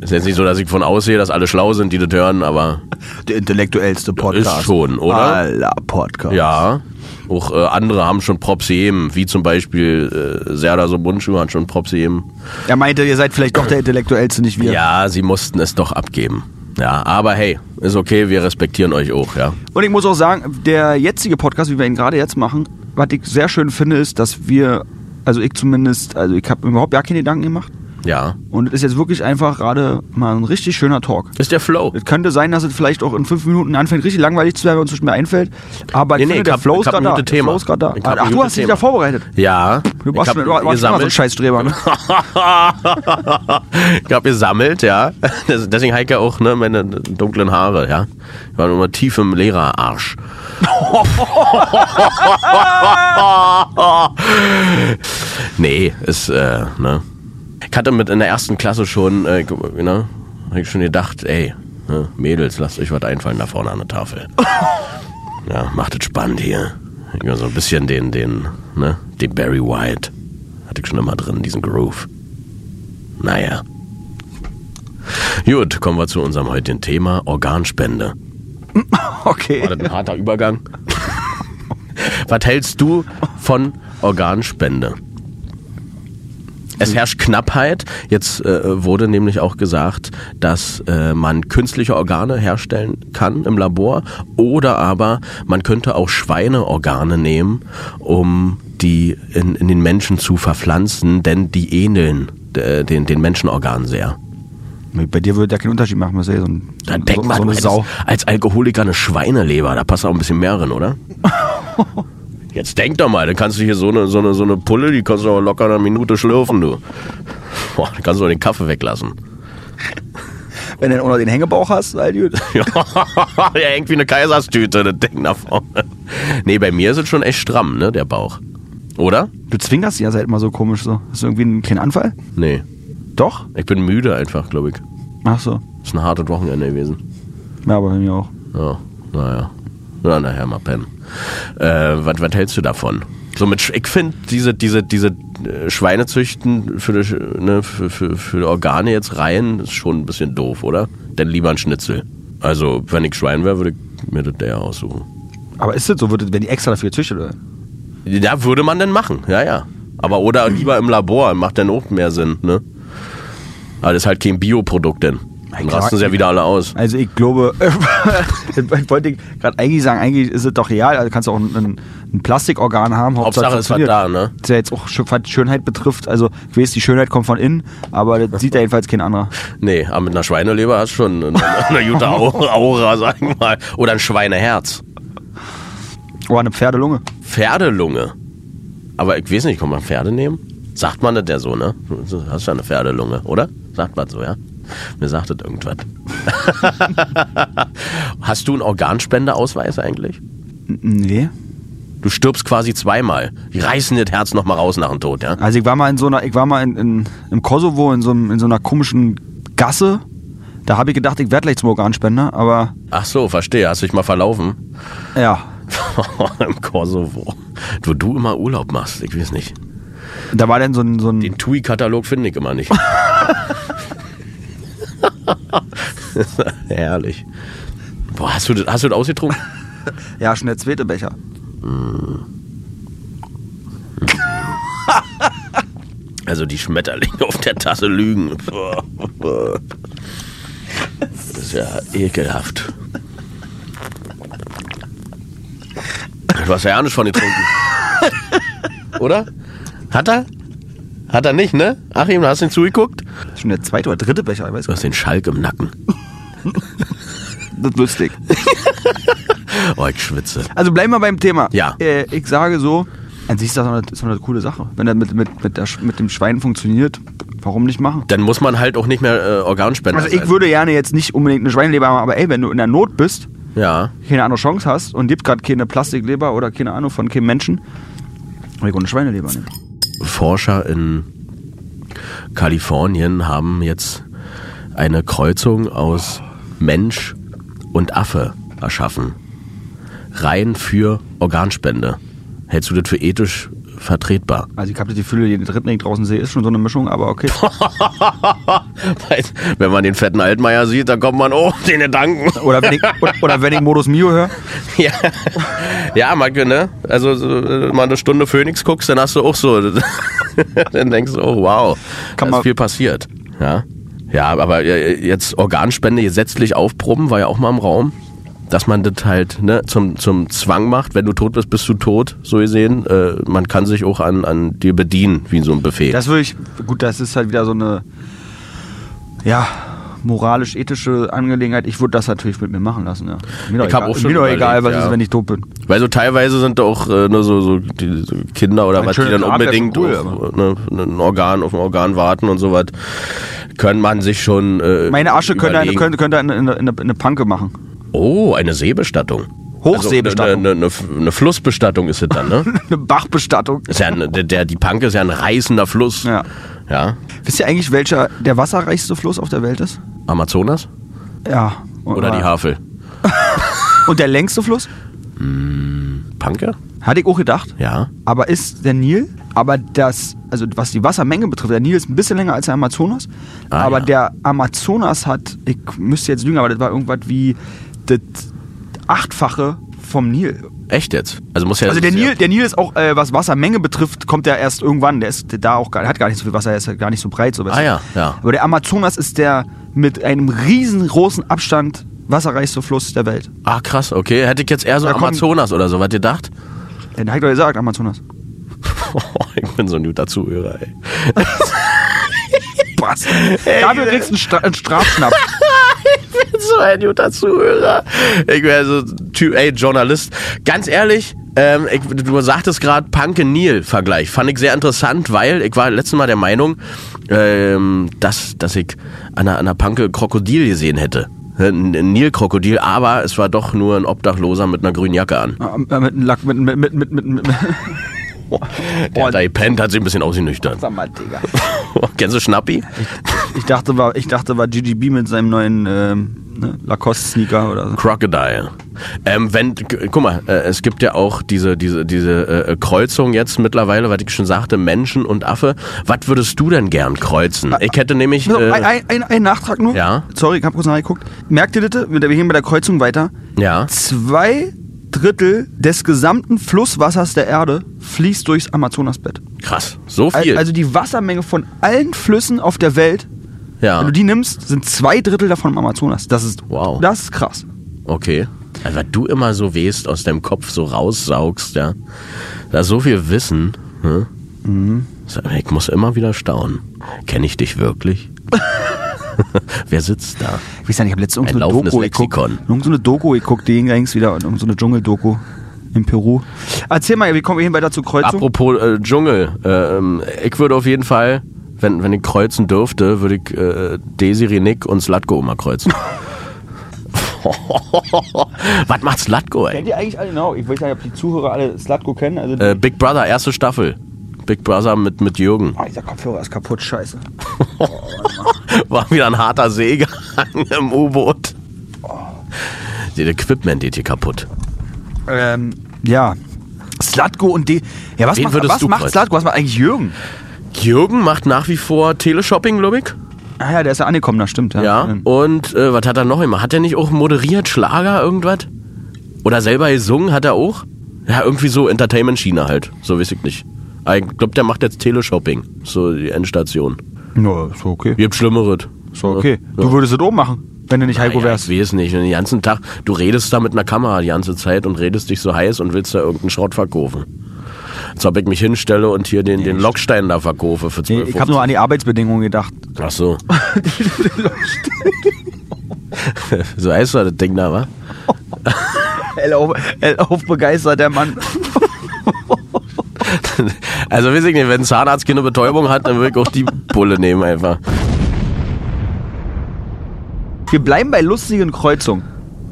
S2: Ist jetzt nicht so, dass ich von aussehe, dass alle schlau sind, die das hören, aber
S3: Der intellektuellste Podcast.
S2: Ist schon, oder?
S3: Aller Podcast.
S2: ja. Auch äh, andere haben schon Props gegeben, wie zum Beispiel äh, Serda Sobunschu hat schon Props gegeben.
S3: Er meinte, ihr seid vielleicht doch der intellektuellste, nicht wir.
S2: Ja, sie mussten es doch abgeben. Ja, aber hey, ist okay, wir respektieren euch auch, ja.
S3: Und ich muss auch sagen, der jetzige Podcast, wie wir ihn gerade jetzt machen, was ich sehr schön finde, ist, dass wir, also ich zumindest, also ich habe überhaupt gar keine Gedanken gemacht.
S2: Ja.
S3: Und es ist jetzt wirklich einfach gerade mal ein richtig schöner Talk.
S2: Ist der Flow.
S3: Es könnte sein, dass es vielleicht auch in fünf Minuten anfängt, richtig langweilig zu werden, wenn uns nicht mehr einfällt. Aber
S2: Nee,
S3: ich
S2: nee,
S3: finde,
S2: ich
S3: der
S2: hab-
S3: Flow
S2: ich
S3: ist
S2: hab
S3: gerade
S2: ein
S3: da.
S2: gutes
S3: Der
S2: Thema.
S3: Flow ist gerade da.
S2: Ich hab
S3: Ach,
S2: ein
S3: du
S2: gutes
S3: hast dich
S2: Thema.
S3: da vorbereitet.
S2: Ja.
S3: Du warst,
S2: ich
S3: schon, du warst schon mal so ein Scheißstreber. Ne?
S2: ich hab gesammelt, ja. Das- Deswegen Heike auch ne, meine dunklen Haare, ja. Ich war immer tief im Lehrerarsch. nee, ist, äh, ne. Ich hatte mit in der ersten Klasse schon, äh, ge- ne, hab ich schon gedacht, ey, ne, Mädels, lasst euch was einfallen da vorne an der Tafel. Ja, macht es spannend hier. Ja, so ein bisschen den, den, ne, den Barry White. Hatte ich schon immer drin, diesen Groove. Naja. Gut, kommen wir zu unserem heutigen Thema, Organspende. War
S3: Okay.
S2: das ein harter Übergang? Was hältst du von Organspende? Es herrscht Knappheit. Jetzt äh, wurde nämlich auch gesagt, dass äh, man künstliche Organe herstellen kann im Labor oder aber man könnte auch Schweineorgane nehmen, um die in, in den Menschen zu verpflanzen, denn die ähneln äh, den, den Menschenorganen sehr.
S3: Bei dir würde ja keinen Unterschied machen, müssen. So ein, so,
S2: Dann denk
S3: so,
S2: mal, du
S3: so eine
S2: hättest
S3: Sau.
S2: als Alkoholiker eine Schweineleber, da passt auch ein bisschen mehr rein, oder? Jetzt denk doch mal, dann kannst du hier so eine, so eine, so eine Pulle, die kannst du auch locker eine Minute schlürfen, du. Boah, dann kannst du auch den Kaffee weglassen.
S3: Wenn du unter den Hängebauch hast, halt gut.
S2: Ja, der hängt wie eine Kaiserstüte, das Ding da vorne. Nee, bei mir ist es schon echt stramm, ne, der Bauch. Oder?
S3: Du zwingerst dich ja seit mal so komisch so. Hast du irgendwie einen kleinen Anfall?
S2: Nee.
S3: Doch?
S2: Ich bin müde einfach, glaube ich.
S3: Ach so.
S2: Ist ein hartes Wochenende gewesen.
S3: Ja, aber bei mir auch.
S2: Ja, naja. Na, nachher mal pennen. Äh, was, was hältst du davon? So mit, Sch- ich finde diese, diese, diese äh, Schweinezüchten für, die, Sch- ne, für, für, für die Organe jetzt rein ist schon ein bisschen doof, oder? Denn lieber ein Schnitzel. Also, wenn ich Schwein wäre, würde ich mir das der aussuchen.
S3: Aber ist das so? Wird, das- wenn die extra dafür gezüchtet werden?
S2: Da würde man denn machen, ja, ja. Aber oder lieber im Labor, macht dann auch mehr Sinn, ne? Aber das ist halt kein Bioprodukt denn. Dann
S3: klar.
S2: rasten sie ja wieder alle aus.
S3: Also ich glaube, ich wollte gerade eigentlich sagen, eigentlich ist es doch real. Also kannst du auch ein, ein, ein Plastikorgan haben.
S2: Hauptsache es war
S3: funktioniert.
S2: da, ne?
S3: Das ist ja jetzt auch, schon- was Schönheit betrifft. Also ich weiß, die Schönheit kommt von innen, aber das sieht ja jedenfalls kein anderer.
S2: Nee, aber mit einer Schweineleber hast du schon eine, eine gute Au- Aura, sag ich mal. Oder ein Schweineherz.
S3: Oh, eine Pferdelunge.
S2: Pferdelunge. Aber ich weiß nicht, kann man Pferde nehmen? Sagt man das ja so, ne? Du hast ja eine Pferdelunge, oder? Sagt man so, ja? Mir sagt das irgendwas. hast du einen Organspendeausweis eigentlich?
S3: N- Nee.
S2: Du stirbst quasi zweimal. Die reißen das Herz nochmal raus nach dem Tod, ja?
S3: Also ich war mal in so einer, ich war mal in, in, im Kosovo in so, einem, in so einer komischen Gasse. Da habe ich gedacht, ich werde gleich zum Organspender, aber
S2: Ach so, verstehe. Hast du dich mal verlaufen?
S3: ja,
S2: Im Kosovo. Wo du immer Urlaub machst, ich weiß nicht.
S3: da war dann so ein, so ein
S2: Den TUI-Katalog finde ich immer nicht. Herrlich. Boah, hast du, das- hast du das ausgetrunken?
S3: ja, schon der zweite Becher.
S2: Also die Schmetterlinge auf der Tasse lügen. Das ist ja ekelhaft. Du hast ja ja nicht von getrunken. Oder? Hat er? Hat er nicht, ne? Achim, hast du ihn zugeguckt?
S3: Schon der zweite oder dritte Becher, ich weiß
S2: Du
S3: gar
S2: hast den Schalk im Nacken.
S3: nicht. Das ist lustig.
S2: Oh, ich schwitze.
S3: Also bleiben wir beim Thema.
S2: Ja.
S3: Äh, ich sage so, an sich ist das doch eine, ist doch eine coole Sache. Wenn das mit, mit, mit, der, Sch- mit dem Schwein funktioniert, warum nicht machen?
S2: Dann muss man halt auch nicht mehr äh, Organspender
S3: Also ich
S2: sein.
S3: würde gerne jetzt nicht unbedingt eine Schweineleber haben, aber ey, wenn du in der Not bist,
S2: Ja.
S3: keine andere Chance hast und gibt gerade keine Plastikleber oder keine Ahnung von keinem Menschen, würde ich auch eine Schweineleber nehmen.
S2: Forscher in Kalifornien haben jetzt eine Kreuzung aus Mensch und Affe erschaffen. Rein für Organspende. Hältst du das für ethisch vertretbar?
S3: Also ich habe das Gefühl, jeden dritten, den ich draußen sehe, ist schon so eine Mischung, aber okay.
S2: Weil, Wenn man den fetten Altmaier sieht, dann kommt man, oh, den Gedanken.
S3: Oder wenn ich, oder, oder wenn ich Modus Mio höre.
S2: Ja, ja man, ne? Also, so, äh, mal eine Stunde Phoenix guckst, dann hast du auch so. dann denkst du, oh wow, da
S3: Kann
S2: ist
S3: man-
S2: viel passiert. Ja, ja aber äh, jetzt Organspende gesetzlich aufproben, war ja auch mal im Raum. Dass man das halt ne, zum, zum Zwang macht, wenn du tot bist, bist du tot, so gesehen. Äh, man kann sich auch an, an dir bedienen, wie in so einem Buffet.
S3: Das würde ich, gut, das ist halt wieder so eine, ja, moralisch-ethische Angelegenheit. Ich würde das natürlich mit mir machen lassen, ja. Mir doch
S2: Ich hab
S3: egal,
S2: auch schon
S3: mir doch egal
S2: überlegt,
S3: was
S2: ja.
S3: ist, wenn ich tot bin.
S2: Weil so teilweise sind da auch äh, nur so, so, die, so Kinder oder
S3: Ein
S2: was, die
S3: schöner
S2: dann
S3: Grab wär
S2: unbedingt
S3: schon cool,
S2: auf, ne, ein Organ, auf ein Organ warten und sowas. Können man sich schon. Äh,
S3: Meine Asche könnte eine,
S2: überlegen.
S3: könnte, könnte eine, eine, eine, eine Panke machen.
S2: Oh, eine Seebestattung.
S3: Hochseebestattung.
S2: Also, eine, eine, eine, eine Flussbestattung ist es dann, ne?
S3: Eine Bachbestattung.
S2: ist ja ein, der, der, die Panke ist ja ein reißender Fluss.
S3: Ja.
S2: Ja.
S3: Wisst ihr eigentlich, welcher der wasserreichste Fluss auf der Welt ist?
S2: Amazonas?
S3: Ja.
S2: Oder die Havel?
S3: Und der längste Fluss?
S2: Panke?
S3: Hatte ich auch gedacht.
S2: Ja.
S3: Aber ist der Nil, aber das, also was die Wassermenge betrifft, der Nil ist ein bisschen länger als der Amazonas.
S2: Ah,
S3: aber
S2: ja.
S3: der Amazonas hat, ich müsste jetzt lügen, aber das war irgendwas wie das Achtfache vom Nil.
S2: Echt jetzt? Also muss ja.
S3: Also der
S2: ist ja-
S3: Nil, der Nil ist auch, äh, was Wassermenge betrifft, kommt der erst irgendwann. Der ist da auch gar, hat gar nicht so viel Wasser, er ist ja gar nicht so breit. So
S2: Ah ja, ja.
S3: Aber der Amazonas ist der mit einem riesengroßen Abstand wasserreichste Fluss der Welt.
S2: Ah, krass, okay. Hätte ich jetzt eher so
S3: Da kommt-
S2: Amazonas oder so was gedacht.
S3: Äh, Da hab ich doch gesagt, Amazonas.
S2: Oh, ich bin so ein guter Zuhörer, ey.
S3: Was? Dafür kriegst du einen, Stra einen Strafschnapp.
S2: so ein guter Zuhörer. Ich wäre so Typ, ey, Journalist. Ganz ehrlich, ähm, ich, du sagtest gerade Panke-Neil-Vergleich. Fand ich sehr interessant, weil ich war letztes Mal der Meinung, ähm, dass, dass ich an einer, an einer Panke Krokodil gesehen hätte. Äh, Ein ein Nilkrokodil, aber es war doch nur ein Obdachloser mit einer grünen Jacke an.
S3: Ah, Mit einem Lack, mit, mit, mit, mit, mit, mit.
S2: Der hat da gepennt, hat sich ein bisschen ausgenüchtert.
S3: Sag mal, Digga.
S2: Kennst du Schnappi?
S3: Ich dachte, war, ich dachte, war Gigi B mit seinem neuen ähm, ne, Lacoste-Sneaker oder so.
S2: Crocodile. Ähm, wenn, g- guck mal, äh, es gibt ja auch diese, diese, diese äh, Kreuzung jetzt mittlerweile, was ich schon sagte, Menschen und Affe. Was würdest du denn gern kreuzen? Ich hätte nämlich.
S3: So,
S2: Äh,
S3: ein, ein, ein, ein Nachtrag nur.
S2: Ja.
S3: Sorry, ich habe kurz nachgeguckt. Merkt ihr bitte, wir wir gehen bei der Kreuzung weiter.
S2: ja.
S3: Zwei Drittel des gesamten Flusswassers der Erde fließt durchs Amazonasbett.
S2: Krass. So
S3: Al-
S2: viel.
S3: Also die Wassermenge von allen Flüssen auf der Welt,
S2: ja.
S3: wenn du die nimmst, sind zwei Drittel davon im Amazonas. Das ist
S2: Wow.
S3: Das ist krass.
S2: Okay. Also, was du immer so wehst, aus deinem Kopf so raussaugst, ja. Da ist so viel Wissen. Hm?
S3: Mhm.
S2: So, Ich muss immer wieder staunen. Kenne ich dich wirklich? Wer sitzt da?
S3: Ich weiß ja nicht, ich habe letztens
S2: Ein
S3: irgendeine
S2: laufendes
S3: Doku geguckt.
S2: Lexikon.
S3: Irgendeine Doku geguckt, die ging längst wieder um so eine Dschungeldoku in Peru. Erzähl mal, wie kommen wir hin weiter zur Kreuzung?
S2: Apropos äh, Dschungel. Äh, ähm, ich würde auf jeden Fall, wenn, wenn ich kreuzen dürfte, würde ich äh, Desiree Nick und Slatko mal kreuzen. was macht Slatko, ey?
S3: Kennt ihr eigentlich alle genau? Ich weiß ja, ob die Zuhörer alle Slatko kennen. Also
S2: Äh, Big Brother, erste Staffel. Big Brother mit, mit Jürgen.
S3: oh, dieser Kopfhörer ist kaputt, scheiße.
S2: War wieder ein harter Säger im U-Boot. Das Equipment geht hier kaputt.
S3: Ähm, ja. Slatko und D. Ja, was
S2: Wen
S3: macht,
S2: würdest
S3: was
S2: du
S3: macht
S2: kreuzen?
S3: Slatko? Was macht eigentlich Jürgen?
S2: Jürgen macht nach wie vor Teleshopping, glaube ich.
S3: Ah ja, der ist ja angekommen, das stimmt.
S2: Ja. Und äh, was hat er noch immer? Hat er nicht auch moderiert, Schlager, irgendwas? Oder selber gesungen hat er auch? Ja, irgendwie so Entertainment-Schiene halt. So weiß ich nicht. Aber Ich glaube, der macht jetzt Teleshopping. So die Endstation.
S3: Ja, ist doch okay.
S2: Gibt Schlimmeres.
S3: Ist doch okay.
S2: Ja.
S3: Du würdest es oben machen, wenn du nicht Heiko
S2: Ja,
S3: wärst.
S2: Ich weiß nicht. Und den ganzen Tag, du redest da mit einer Kamera die ganze Zeit und redest dich so heiß und willst da irgendeinen Schrott verkaufen. Als ob ich mich hinstelle und hier den, den Lockstein da verkaufe für 12
S3: Nee, ich habe nur an die Arbeitsbedingungen gedacht.
S2: Ach so. so heißt das Ding da, wa?
S3: L auf, L auf begeistert, der Mann.
S2: Also weiß ich nicht, wenn ein Zahnarzt keine Betäubung hat, dann würde ich auch die Bulle nehmen einfach.
S3: Wir bleiben bei lustigen Kreuzungen.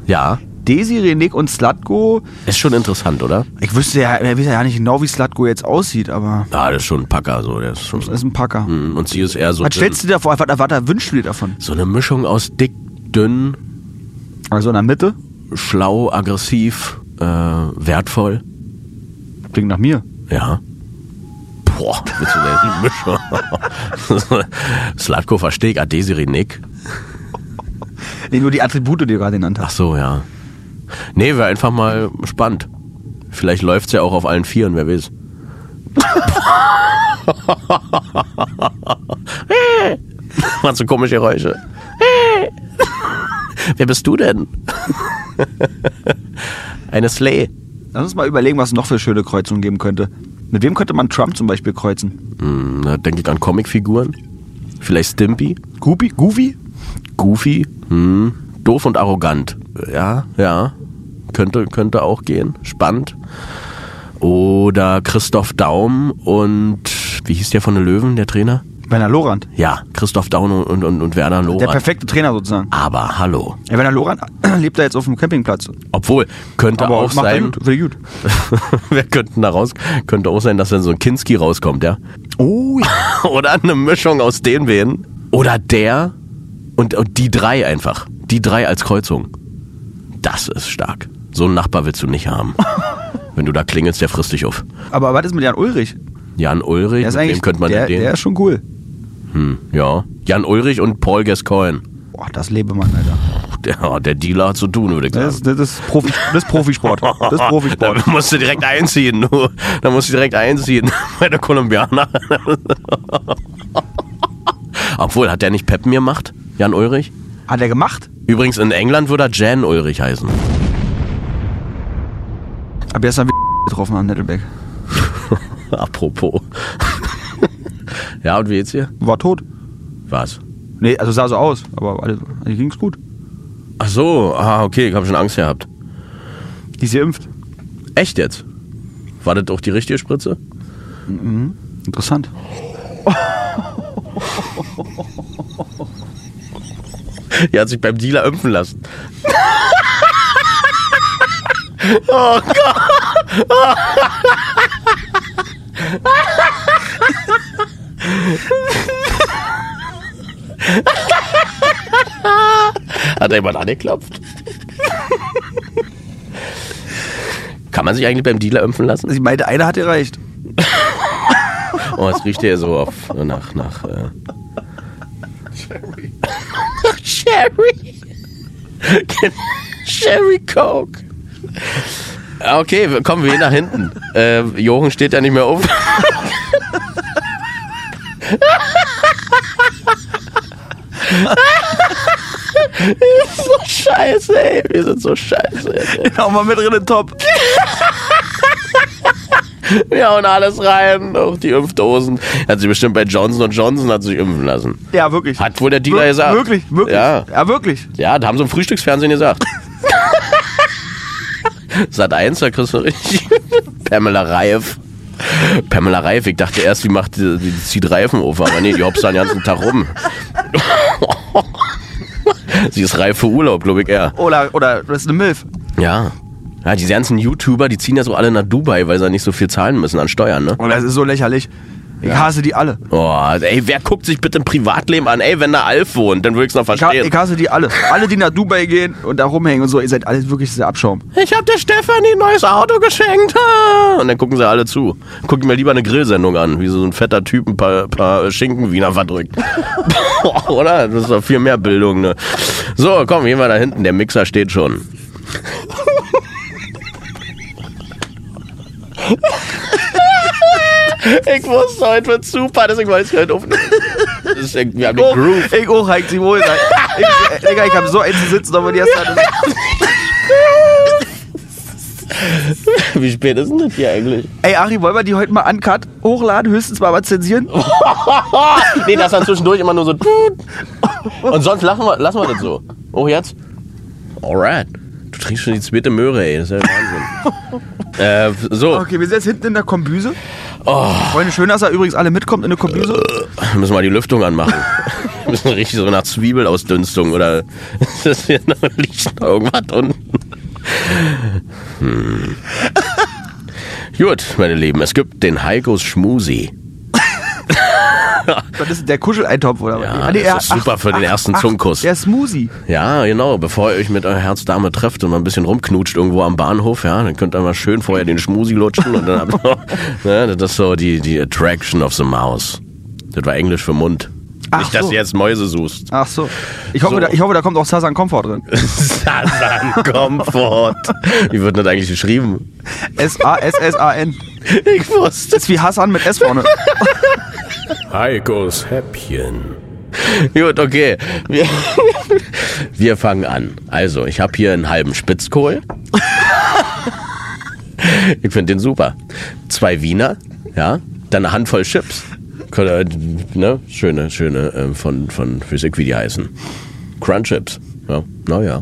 S2: Ja,
S3: Desiree, Nick und Slatko.
S2: ist schon interessant, oder?
S3: Ich wüsste ja, ich weiß ja nicht genau, wie Slatko jetzt aussieht, aber
S2: Ja, das ist schon ein Packer so. Der ist schon,
S3: ist ein Packer.
S2: Hm, und sie ist eher so,
S3: Was stellst du dir davor? Was, was, was wünschst du dir davon?
S2: so eine Mischung aus dick, dünn,
S3: Also in der Mitte?
S2: schlau, aggressiv, äh, wertvoll.
S3: Klingt nach mir.
S2: Ja. Boah, willst du denn die Mischung? Slatko verstehe ich, ah, Desiree Nick.
S3: Nee, nur die Attribute, die du gerade genannt
S2: Ach
S3: hast.
S2: so, ja. Nee, wäre einfach mal spannend. Vielleicht läuft's ja auch auf allen Vieren, wer weiß. Machst so komische Geräusche. wer bist du denn? Eine Slay.
S3: Lass uns mal überlegen, was es noch für schöne Kreuzungen geben könnte. Mit wem könnte man Trump zum Beispiel kreuzen?
S2: Hm, da denke ich an Comicfiguren. Vielleicht Stimpy.
S3: Goofy? Goofy?
S2: Goofy. Hm. Doof und arrogant. Ja, ja. Könnte, könnte auch gehen. Spannend. Oder Christoph Daum und wie hieß der von den Löwen, der Trainer?
S3: Werner Lorand.
S2: Ja, Christoph Daum und, und, und Werner
S3: Der
S2: Lohr.
S3: perfekte Trainer sozusagen.
S2: Aber hallo.
S3: Ja, Werner Lorand lebt da jetzt auf dem Campingplatz.
S2: Obwohl, könnte auch
S3: macht er
S2: sein.
S3: gut. Finde ich gut.
S2: Wer könnten da raus? Könnte auch sein, dass dann so ein Kinski rauskommt, ja?
S3: Oh ja.
S2: Oder eine Mischung aus den beiden. Oder der und, und die drei einfach. Die drei als Kreuzung. Das ist stark. So einen Nachbar willst du nicht haben. Wenn du da klingelst, der frisst dich auf.
S3: Aber was ist mit Jan Ulrich?
S2: Jan Ulrich,
S3: Der ist
S2: mit
S3: eigentlich.
S2: wem könnte man
S3: der,
S2: denn den?
S3: der ist schon cool.
S2: Hm, ja. Jan Ulrich und Paul Gascoigne.
S3: Boah, das lebe man, Alter.
S2: Der, der Dealer hat zu tun, würde ich sagen.
S3: Das, ist- das, ist, Profi, das ist Profisport. Das ist Profisport.
S2: Da musst du direkt einziehen, du. Da musst du direkt einziehen bei der Kolumbianer. Obwohl, hat der nicht Pep mir gemacht? Jan Ulrich?
S3: Hat er gemacht?
S2: Übrigens, in England würde er Jan Ulrich heißen.
S3: Aber er ist dann wieder getroffen am Nettelbeck.
S2: Apropos. ja, und wie geht's dir?
S3: War tot.
S2: Was?
S3: Nee, also sah so aus, aber alles, also ging's gut.
S2: Ach so, ah, okay, ich habe schon Angst gehabt.
S3: Die ist geimpft.
S2: Echt jetzt? War das auch die richtige Spritze?
S3: Interessant.
S2: Die hat sich beim Dealer impfen lassen. oh Gott! Hat er jemand angeklopft? Kann man sich eigentlich beim Dealer impfen lassen?
S3: Sie meinte, eine hat gereicht.
S2: Oh, es riecht ja so auf, nach, nach, äh, nach Sherry. Sherry Coke. Okay, kommen wir nach hinten. äh, Jochen steht ja nicht mehr auf. ist so scheiße, ey. Wir sind so scheiße. Ey.
S3: Auch mal Genau, mit drin in den Top.
S2: Wir hauen alles rein, auch die Impfdosen. Hat sie bestimmt bei Johnson Johnson hat sie sich impfen lassen.
S3: Ja, wirklich.
S2: Hat wohl der Dealer
S3: Wir-
S2: gesagt.
S3: Wirklich, wirklich.
S2: Ja.
S3: wirklich.
S2: Ja, da haben sie im Frühstücksfernsehen gesagt. Sat 1, da kriegst du richtig. Pamela Reif. Pamela Reif, ich dachte erst, die macht, die, die zieht Reifen auf, aber nee, die hops da den ganzen Tag rum. Sie ist reif für Urlaub, glaube ich, eher.
S3: Oder, oder das ist eine Milf.
S2: Ja. Ja, diese ganzen YouTuber, die ziehen ja so alle nach Dubai, weil sie da nicht so viel zahlen müssen an Steuern, ne?
S3: Und das ist so lächerlich. Ich hasse die alle.
S2: Oh, ey, wer guckt sich bitte im Privatleben an? Ey, wenn da Alf wohnt, dann würde ich es noch
S3: Ich, ha
S2: verstehen.
S3: ich hasse die alle. Alle, die nach Dubai gehen und da rumhängen und so, ihr seid alles wirklich sehr Abschaum.
S2: Ich hab der Stefanie ein neues Auto geschenkt. Ah. Und dann gucken sie alle zu. Gucken mir lieber eine Grillsendung an, wie so ein fetter Typ ein paar, paar Schinkenwiener verdrückt. Boah, Oder? Das ist doch viel mehr Bildung, ne? So, komm, gehen wir da hinten. Der Mixer steht schon. ich wusste, heute wird super, deswegen wollte ich es heute aufnehmen. Das ist, wir haben den Groove.
S3: Ich auch, Heik, sie wohl. Ich, äh, Digga, ich hab so einen zu sitzen, aber die erste Hand ist-
S2: Wie spät ist denn das hier eigentlich?
S3: Ey, Ari, wollen wir die heute mal uncut hochladen, höchstens mal was zensieren?
S2: Oh. nee, das dann zwischendurch immer nur so. tut. Und sonst lassen wir, lassen wir das so. Oh, jetzt? Alright. Du trinkst schon die zweite Möhre, ey. Das ist ja Wahnsinn. äh, so,
S3: Okay, wir sind jetzt hinten in der Kombüse.
S2: Oh.
S3: Freunde, schön, dass er übrigens alle mitkommt in der Kombüse.
S2: müssen wir mal die Lüftung anmachen. Wir müssen richtig so nach Zwiebelausdünstung oder das hier noch liegt noch irgendwas unten. Hm. Gut, meine Lieben, es gibt den Heikos Schmusi.
S3: Was ist denn, der Kuscheleintopf oder was?
S2: Ja,
S3: Ah, nee,
S2: das ist
S3: er-
S2: super für den ersten Zungenkuss.
S3: Der Smoothie.
S2: Ja, genau. Bevor ihr euch mit eurer Herzdame trefft und mal ein bisschen rumknutscht irgendwo am Bahnhof, ja, dann könnt ihr mal schön vorher den Schmusi lutschen und dann habt ihr, ne, das ist so die, die Attraction of the Mouse. Das war Englisch für Mund.
S3: Ach
S2: Nicht, dass
S3: so.
S2: du jetzt Mäuse suchst.
S3: Ach so. Ich hoffe,
S2: So.
S3: Da, ich hoffe, da kommt auch Sasan Komfort drin.
S2: Sasan Comfort. Wie wird denn das eigentlich geschrieben?
S3: S-A-S-S-A-N.
S2: Ich wusste.
S3: Ist wie Hassan mit S vorne.
S4: Heikos Häppchen.
S2: Gut, okay. Wir, wir fangen an. Also, ich habe hier einen halben Spitzkohl. Ich finde den super. Zwei Wiener, ja. Dann eine Handvoll Chips. Könnte, Ne? Schöne, schöne äh, von, von Physik, wie die heißen. Crunchips. Ja, naja.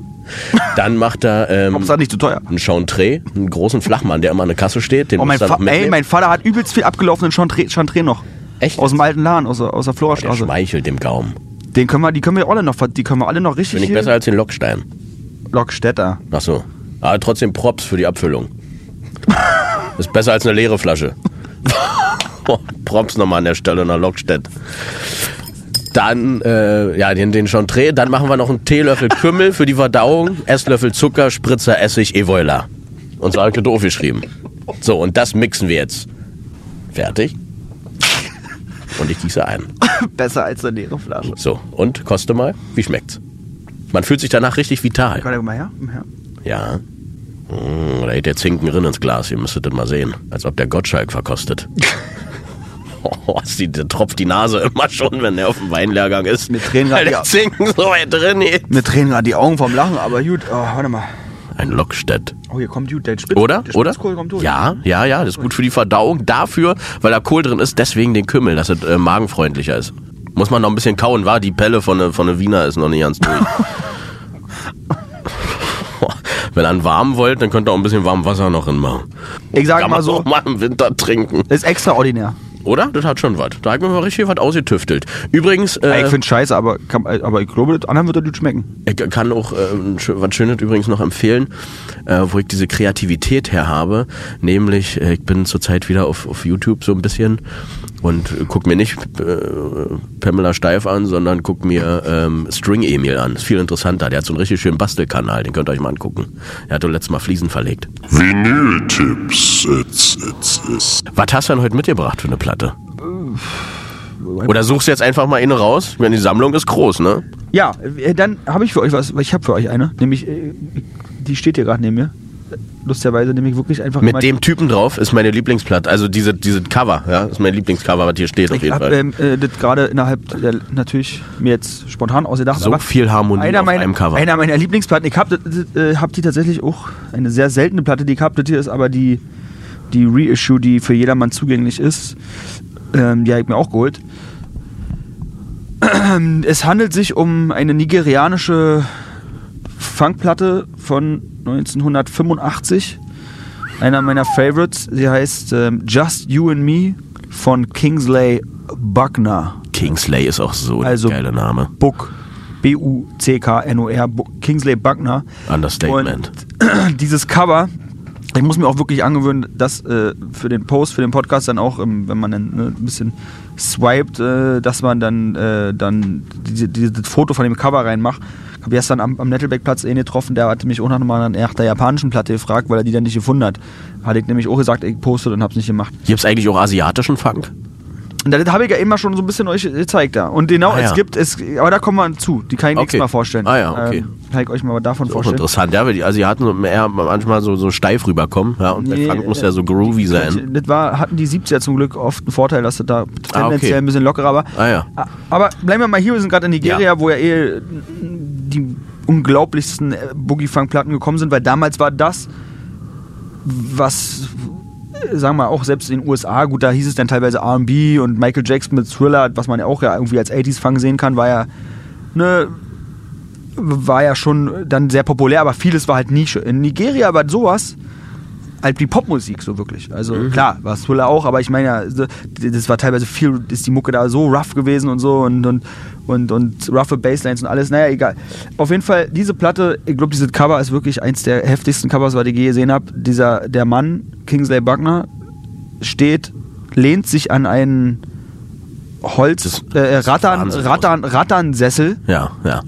S2: Dann macht er ähm,
S3: Hauptsache nicht zu teuer.
S2: einen Chantre, einen großen Flachmann, der immer an der Kasse steht. Den
S3: Oh, mein,
S2: muss er
S3: Fa ey,
S2: mitnehmen.
S3: mein Vater hat übelst viel abgelaufenen Chantre, Chantre noch.
S2: Echt?
S3: Aus dem alten Laden, aus, der- aus der
S2: der
S3: Florastraße.
S2: schmeichelt dem Gaumen.
S3: Den können wir, die können wir alle noch, ver- die können wir alle noch richtig
S2: Finde ich
S3: hier-
S2: besser als den Lockstein.
S3: Lokstädter.
S2: Ach so. Aber trotzdem Props für die Abfüllung. Ist besser als eine leere Flasche. Props nochmal an der Stelle nach Lockstedt. Dann, äh, ja, den, den Chantre. Dann machen wir noch einen Teelöffel Kümmel für die Verdauung, Esslöffel Zucker, Spritzer Essig, Evoila. Und so hat doof geschrieben. So, und das mixen wir jetzt. Fertig. Und ich gieße ein.
S3: Besser als eine leere Flasche.
S2: So, und koste mal. Wie schmeckt's? Man fühlt sich danach richtig vital.
S3: Kann ich mal her? Mal her.
S2: Ja. Mm, Da geht der Zinken rin ins Glas, ihr müsstet das mal sehen. Als ob der Gottschalk verkostet. Oh, ist die, der tropft die Nase immer schon, wenn er auf dem Weinlehrgang ist.
S3: Mir tränen grad
S2: Weil
S3: die
S2: der
S3: Au-
S2: Zinken so weit drin geht.
S3: Mir tränen gerade die Augen vom Lachen, aber gut. Oh, warte mal.
S2: Ein Lockstedt.
S3: Oh, hier kommt gut, der Spitz,
S2: Oder?
S3: Der
S2: Oder?
S3: Spitzkohl kommt durch.
S2: Ja, ja, ja. Das ist gut für die Verdauung. Dafür, weil da Kohl drin ist, deswegen den Kümmel, dass es äh, magenfreundlicher ist. Muss man noch ein bisschen kauen, war? Die Pelle von ne, von ne Wiener ist noch nicht ganz durch. Wenn ihr einen warm wollt, dann könnt ihr auch ein bisschen warmes Wasser noch reinmachen.
S3: Ich sag
S2: Kann
S3: mal
S2: man
S3: so,
S2: auch mal Äh. im Winter trinken.
S3: ist extraordinär.
S2: Oder? Das hat schon was. Da hat man mal richtig was ausgetüftelt. Übrigens,
S3: Ey, ich
S2: äh,
S3: find's scheiße, aber, kann, aber ich glaube, das anderen wird das gut schmecken.
S2: ich kann auch äh, ein schö- was Schönes übrigens noch empfehlen, äh, wo ich diese Kreativität her habe. Nämlich, äh, ich bin zurzeit wieder auf, auf YouTube so ein bisschen und äh, guck mir nicht äh, Pamela Steif an, sondern guck mir ähm, String Emil an. Ist viel interessanter. Der hat so einen richtig schönen Bastelkanal, den könnt ihr euch mal angucken. Er hat doch letztes Mal Fliesen verlegt.
S1: Vinyltipps. It's, it's, it's.
S2: Was hast du denn heute mitgebracht für eine Platte? Oder suchst du jetzt einfach mal eine raus? Ich meine, die Sammlung ist groß, ne?
S3: Ja, äh, dann habe ich für euch was. Ich habe für euch eine. Nämlich, äh, die steht hier gerade neben mir. Lustigerweise nehme ich wirklich einfach
S2: Mit dem Typen drauf ist meine Lieblingsplatte. Also diese, diese Cover, ja, ist mein Lieblingscover, was hier steht auf
S3: Ich
S2: jeden
S3: habe
S2: Fall.
S3: ähm, äh, das gerade innerhalb der, natürlich mir jetzt spontan ausgedacht.
S2: so
S3: aber
S2: viel Harmonie
S3: einer
S2: auf
S3: meiner,
S2: einem Cover.
S3: einer meiner Lieblingsplatten. Ich habe äh, hab die tatsächlich auch eine sehr seltene Platte, die ich habe. Das hier ist aber die, die Reissue, die für jedermann zugänglich ist. Ähm, die habe ich mir auch geholt. Es handelt sich um eine nigerianische Funkplatte von 1985. Einer meiner Favorites. Sie heißt ähm, Just You and Me von Kingsley Buckner.
S2: Kingsley ist auch so
S3: Also-
S2: ein geiler Name.
S3: Buck. B-U-C-K-N-O-R. Buck- Kingsley Buckner.
S2: Understatement.
S3: Und dieses Cover, ich muss mir auch wirklich angewöhnen, das äh, für den Post, für den Podcast dann auch, ähm, wenn man dann ne, ein bisschen swiped, äh, dass man dann, äh, dann diese, diese, das Foto von dem Cover reinmacht. Ich habe gestern am, am Nettelbeckplatz einen getroffen, der hatte mich auch noch mal nach der japanischen Platte gefragt, weil er die dann nicht gefunden hat. Hatte ich nämlich auch gesagt, ich poste und habe es nicht gemacht.
S2: Gibt's eigentlich auch asiatischen Funk?
S3: Und das habe ich ja immer schon so ein bisschen euch gezeigt da. Und genau,
S2: Ah, ja.
S3: es gibt, es, aber da kommen wir zu. Die kann ich nächstes
S2: Okay.
S3: Mal vorstellen.
S2: Ah, ja, okay.
S3: Ähm, kann ich euch mal davon
S2: Auch
S3: vorstellen.
S2: interessant, ja, weil die Asiaten so eher manchmal so, so steif rüberkommen. Ja, und
S3: Nee,
S2: bei Funk muss
S3: äh,
S2: ja so groovy sein.
S3: Das war, hatten die 70er zum Glück oft einen Vorteil, dass das da tendenziell
S2: Ah, okay.
S3: ein bisschen lockerer war.
S2: Ah, ja.
S3: A- Aber bleiben wir mal hier, wir sind gerade in Nigeria,
S2: Ja.
S3: wo ja eh die unglaublichsten äh, Boogie-Funk-Platten gekommen sind, weil damals war das, was, äh, sagen wir mal, auch selbst in den USA, gut, da hieß es dann teilweise R&B und Michael Jackson mit Thriller, was man ja auch ja irgendwie als 80s-Funk sehen kann, war ja ne, war ja schon dann sehr populär, aber vieles war halt Nische. In Nigeria war sowas halt wie Popmusik so wirklich. Also
S2: Mhm.
S3: klar, war Thriller auch, aber ich meine ja, so, das war teilweise viel, ist die Mucke da so rough gewesen und so und und und, und roughe Basslines und alles. Naja, egal. Auf jeden Fall, diese Platte, ich glaube, dieses Cover ist wirklich eins der heftigsten Covers, was ich je gesehen habe. Dieser, der Mann, Kingsley Buckner, steht, lehnt sich an einen Holz,
S2: Das-
S3: äh,
S2: das ist
S3: Rattern,
S2: Wahnsinn.
S3: Rattern, Ratternsessel
S2: Ja, ja.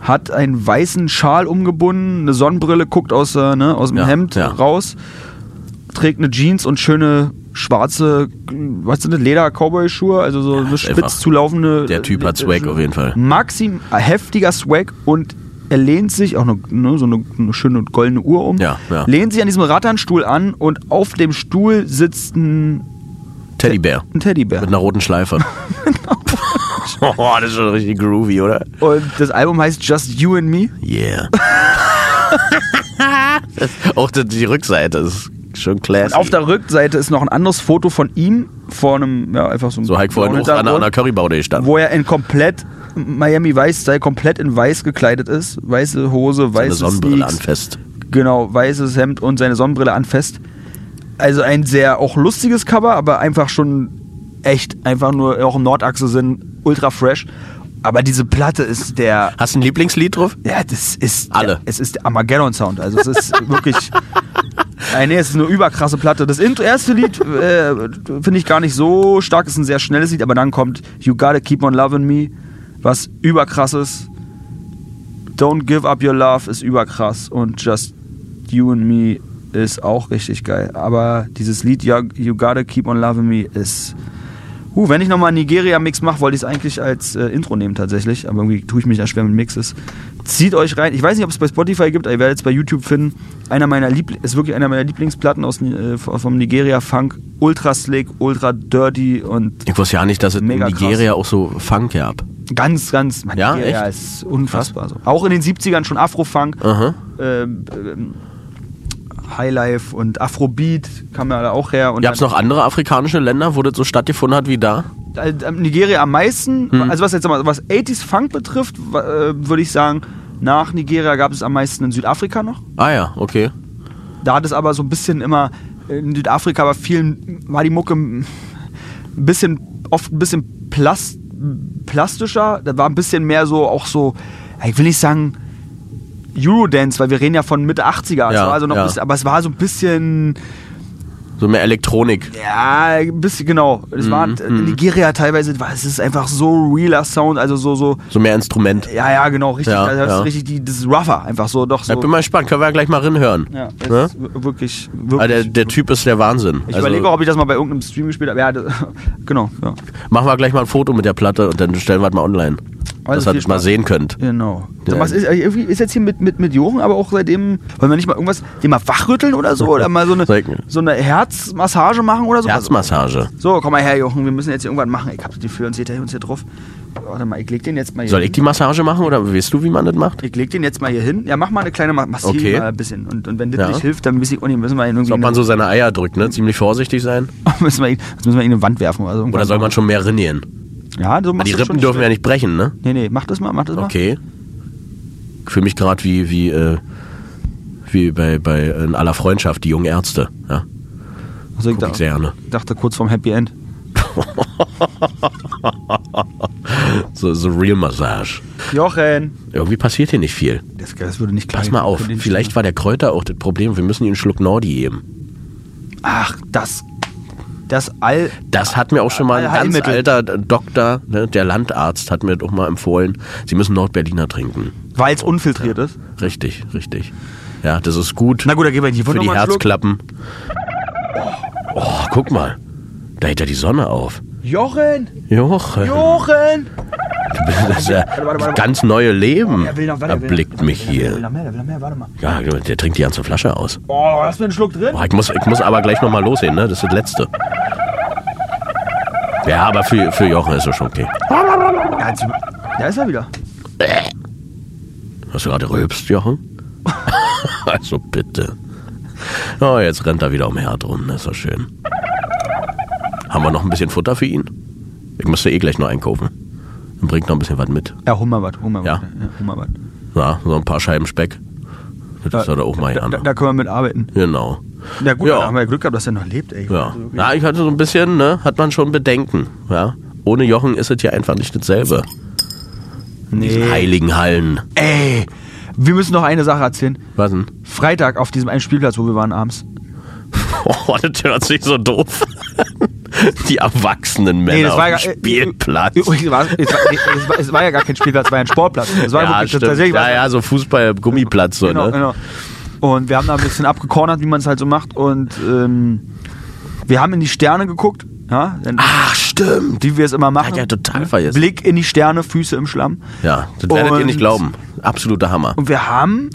S3: hat einen weißen Schal umgebunden, eine Sonnenbrille, guckt aus, äh, ne, aus dem
S2: Ja,
S3: Hemd
S2: ja.
S3: raus, trägt eine Jeans und schöne schwarze, was sind das, Leder-Cowboy-Schuhe, also so eine
S2: ist einfach-
S3: spitz zulaufende. äh,
S2: Der Typ hat Swag auf jeden Fall.
S3: Maxim, äh, heftiger Swag und er lehnt sich, auch eine, ne, so eine, eine schöne goldene Uhr um,
S2: Ja, ja.
S3: lehnt sich an diesem Ratternstuhl an und auf dem Stuhl sitzt ein,
S2: Teddybär.
S3: ein Teddybär.
S2: Mit einer roten Schleife.
S3: Genau.
S2: oh, das ist schon richtig groovy, oder?
S3: Und das Album heißt Just You and Me.
S2: Yeah. das, auch die, die Rückseite ist schon classy.
S3: Und auf der Rückseite ist noch ein anderes Foto von ihm vor einem, ja, einfach so einem
S2: so halt vorhin auch an,
S3: Hintergrund,
S2: an der Currybaude gestanden.
S3: wo er in komplett Miami Vice Style komplett in weiß gekleidet ist, weiße Hose,
S2: Eine
S3: weiße
S2: Sonnenbrille
S3: Sneaks,
S2: anfest.
S3: genau, weißes Hemd und seine Sonnenbrille anfest. Also ein sehr auch lustiges Cover, aber einfach schon echt einfach nur auch im Nordachse sind ultra fresh, aber diese Platte ist der
S2: Hast du ein Lieblingslied drauf?
S3: ja, das ist.
S2: Alle.
S3: Der, es ist der Armageddon-Sound. Also, es ist wirklich. Nein, nee, es ist eine überkrasse Platte. Das Intro- erste Lied äh, finde ich gar nicht so stark. Ist ein sehr schnelles Lied, aber dann kommt You Gotta Keep On Loving Me, was überkrasses. Don't Give Up Your Love ist überkrass und Just You and Me ist auch richtig geil. Aber dieses Lied You, you Gotta Keep On Loving Me ist. Uh, wenn ich nochmal einen Nigeria-Mix mache, wollte ich es eigentlich als äh, Intro nehmen tatsächlich, aber irgendwie tue ich mich ja schwer mit Mixes. Zieht euch rein. Ich weiß nicht, ob es bei Spotify gibt, aber ihr werdet es bei YouTube finden. Einer meiner Liebl ist wirklich einer meiner Lieblingsplatten aus, äh, vom Nigeria-Funk. Ultra slick, ultra dirty und
S2: Ich wusste ja nicht, dass es in
S3: Mega krass.
S2: Nigeria auch so Funk gab.
S3: ganz, ganz... Man,
S2: Ja,
S3: Nigeria
S2: echt?
S3: ist unfassbar. So. Auch in den 70ern schon Afro-Funk.
S2: Aha.
S3: ähm, ähm, Highlife und Afrobeat kam ja da auch her. Und
S2: Gab es
S3: dann-
S2: noch andere afrikanische Länder, wo das so stattgefunden hat wie da?
S3: äh, Nigeria am meisten,
S2: Hm.
S3: also was jetzt mal, was 80s Funk betrifft, wa- äh, würde ich sagen, nach Nigeria gab es am meisten in Südafrika noch.
S2: Ah ja, okay.
S3: Da hat es aber so ein bisschen immer in Südafrika war vielen war die Mucke ein bisschen oft ein bisschen plas- plastischer, da war ein bisschen mehr so auch so, ja, ich will nicht sagen Eurodance, weil wir reden ja von Mitte 80er, es
S2: Ja,
S3: war also noch
S2: ja.
S3: ein bisschen, aber es war so ein bisschen
S2: So mehr Elektronik.
S3: ja, ein bisschen genau. Es war
S2: Mhm,
S3: in Nigeria teilweise, war- es ist einfach so realer Sound, also so so
S2: So mehr Instrument.
S3: Ja, ja, genau, richtig.
S2: Ja,
S3: also das
S2: ja.
S3: ist richtig die, das ist rougher, einfach so, doch
S2: Ich
S3: so.
S2: bin mal gespannt, können wir ja gleich mal reinhören.
S3: Ja, das
S2: Ne?
S3: ist w- wirklich, wirklich.
S2: Ah, der, der Typ ist der Wahnsinn.
S3: ich
S2: Also,
S3: überlege auch, ob ich das mal bei irgendeinem Stream gespielt habe. Ja, das, genau. Ja.
S2: Machen wir gleich mal ein Foto mit der Platte und dann stellen wir es mal online. dass
S3: Also
S2: ihr
S3: viel
S2: das mal
S3: Spaß.
S2: sehen könnt.
S3: Genau. So,
S2: Ja.
S3: was ist, irgendwie ist jetzt hier mit, mit, mit Jochen, aber auch seitdem, wollen wir nicht mal irgendwas, den mal wachrütteln oder so? Oder mal so eine,
S2: Zeig mir.
S3: so eine Herzmassage machen oder so?
S2: Herzmassage.
S3: So, komm mal her, Jochen, wir müssen jetzt hier irgendwann machen. Ich hab die für uns hinter uns hier drauf. Warte mal, ich leg den jetzt mal hier
S2: Soll ich
S3: hin.
S2: die Massage machen oder weißt du, wie man das macht?
S3: Ich leg den jetzt mal hier hin. Ja, mach mal eine kleine Ma- Massive
S2: Okay.
S3: mal ein bisschen. Und, und wenn das
S2: Ja.
S3: nicht hilft, dann müssen wir ihn müssen wir ihn irgendwie.
S2: Ob
S3: in
S2: man
S3: eine-
S2: so seine Eier drückt, ne? Ziemlich vorsichtig sein.
S3: müssen wir ihn, das müssen wir ihn in eine Wand werfen oder so.
S2: Oder soll man schon mehr rinnieren?
S3: Ja, so machst
S2: Die
S3: du
S2: Rippen
S3: schon
S2: dürfen ja nicht brechen, ne?
S3: Nee, nee, mach das mal, mach das mal.
S2: Okay. Ich fühle mich gerade wie, wie, äh, wie bei, bei äh, in aller Freundschaft, die jungen Ärzte. Ja,
S3: Also
S2: guck
S3: ich
S2: ich
S3: dachte,
S2: sehr gerne.
S3: dachte kurz vorm Happy End.
S2: So, so Real Massage.
S3: Jochen!
S2: Irgendwie passiert hier nicht viel.
S3: Das, das würde nicht klappen.
S2: Pass mal auf, vielleicht war der Kräuter auch das Problem. Wir müssen ihm einen Schluck Nordi geben.
S3: Ach, das. Das all.
S2: Das hat mir auch schon mal ein ganz
S3: Allheilmittel.
S2: alter Doktor, ne, der Landarzt, hat mir das auch mal empfohlen. Sie müssen Nordberliner trinken.
S3: Weil es unfiltriert ist.
S2: Richtig, richtig. Ja, das ist gut.
S3: Na gut, da gehen wir hier
S2: für die Herzklappen. Oh, guck mal. Da hält ja die Sonne auf.
S3: Jochen!
S2: Jochen,
S3: Jochen!
S2: das ist ja
S3: warte,
S2: das
S3: warte.
S2: ganz neue Leben.
S3: Er will noch, warte, er will noch-
S2: Erblickt Hm. mich
S3: Der will
S2: hier.
S3: noch mehr, der will noch mehr, warte mal.
S2: Ja, der trinkt die ganze Flasche aus.
S3: Oh, hast du einen Schluck drin?
S2: Boah, ich, muss, ich muss aber gleich nochmal loslegen, ne? Das ist das Letzte. Ja, aber für, für Jochen ist das schon okay.
S3: Ja, jetzt, da ist er wieder.
S2: Hast du gerade rülpst, Jochen? also bitte. Oh, jetzt rennt er wieder um Herd rum, das ist doch schön. Haben wir noch ein bisschen Futter für ihn? Ich müsste eh gleich noch einkaufen. Dann bringt noch ein bisschen was mit.
S3: Ja, hol mal was, hol mal was.
S2: Ja.
S3: hol mal was.
S2: Na, so ein paar Scheiben Speck. Das hat er auch mal
S3: da, da,
S2: gerne.
S3: da können wir mit arbeiten.
S2: Genau.
S3: Na gut,
S2: Ja.
S3: da haben wir ja Glück gehabt, dass er noch lebt, ey.
S2: Ja. Na, ich hatte so ein bisschen, ne, hat man schon Bedenken. Ja. Ohne Jochen ist es hier einfach nicht dasselbe. Diesen
S3: Nee.
S2: heiligen Hallen.
S3: Ey, wir müssen noch eine Sache erzählen.
S2: Was denn?
S3: Freitag auf diesem einen Spielplatz, wo wir waren abends.
S2: Oh, das hört sich so doof an. Die erwachsenen Männer auf dem
S3: gar- äh,
S2: Spielplatz.
S3: äh, übrigens war- Es war, es war, es war ja gar kein Spielplatz, es war ja ein Sportplatz. Es war
S2: ja,
S3: wirklich,
S2: stimmt.
S3: tatsächlich
S2: ja,
S3: war es-
S2: ja, so Fußball-Gummiplatz. So,
S3: genau,
S2: ne?
S3: genau. Und wir haben da ein bisschen abgekornert, wie man es halt so macht. Und ähm, wir haben in die Sterne geguckt, ja, denn-
S2: Ach, stimmt.
S3: wie wir es immer machen.
S2: Hat Ah. ja total vergessen.
S3: Blick in die Sterne, Füße im Schlamm.
S2: Ja, das werdet ihr
S3: Und-
S2: nicht glauben. Absoluter Hammer.
S3: Und wir haben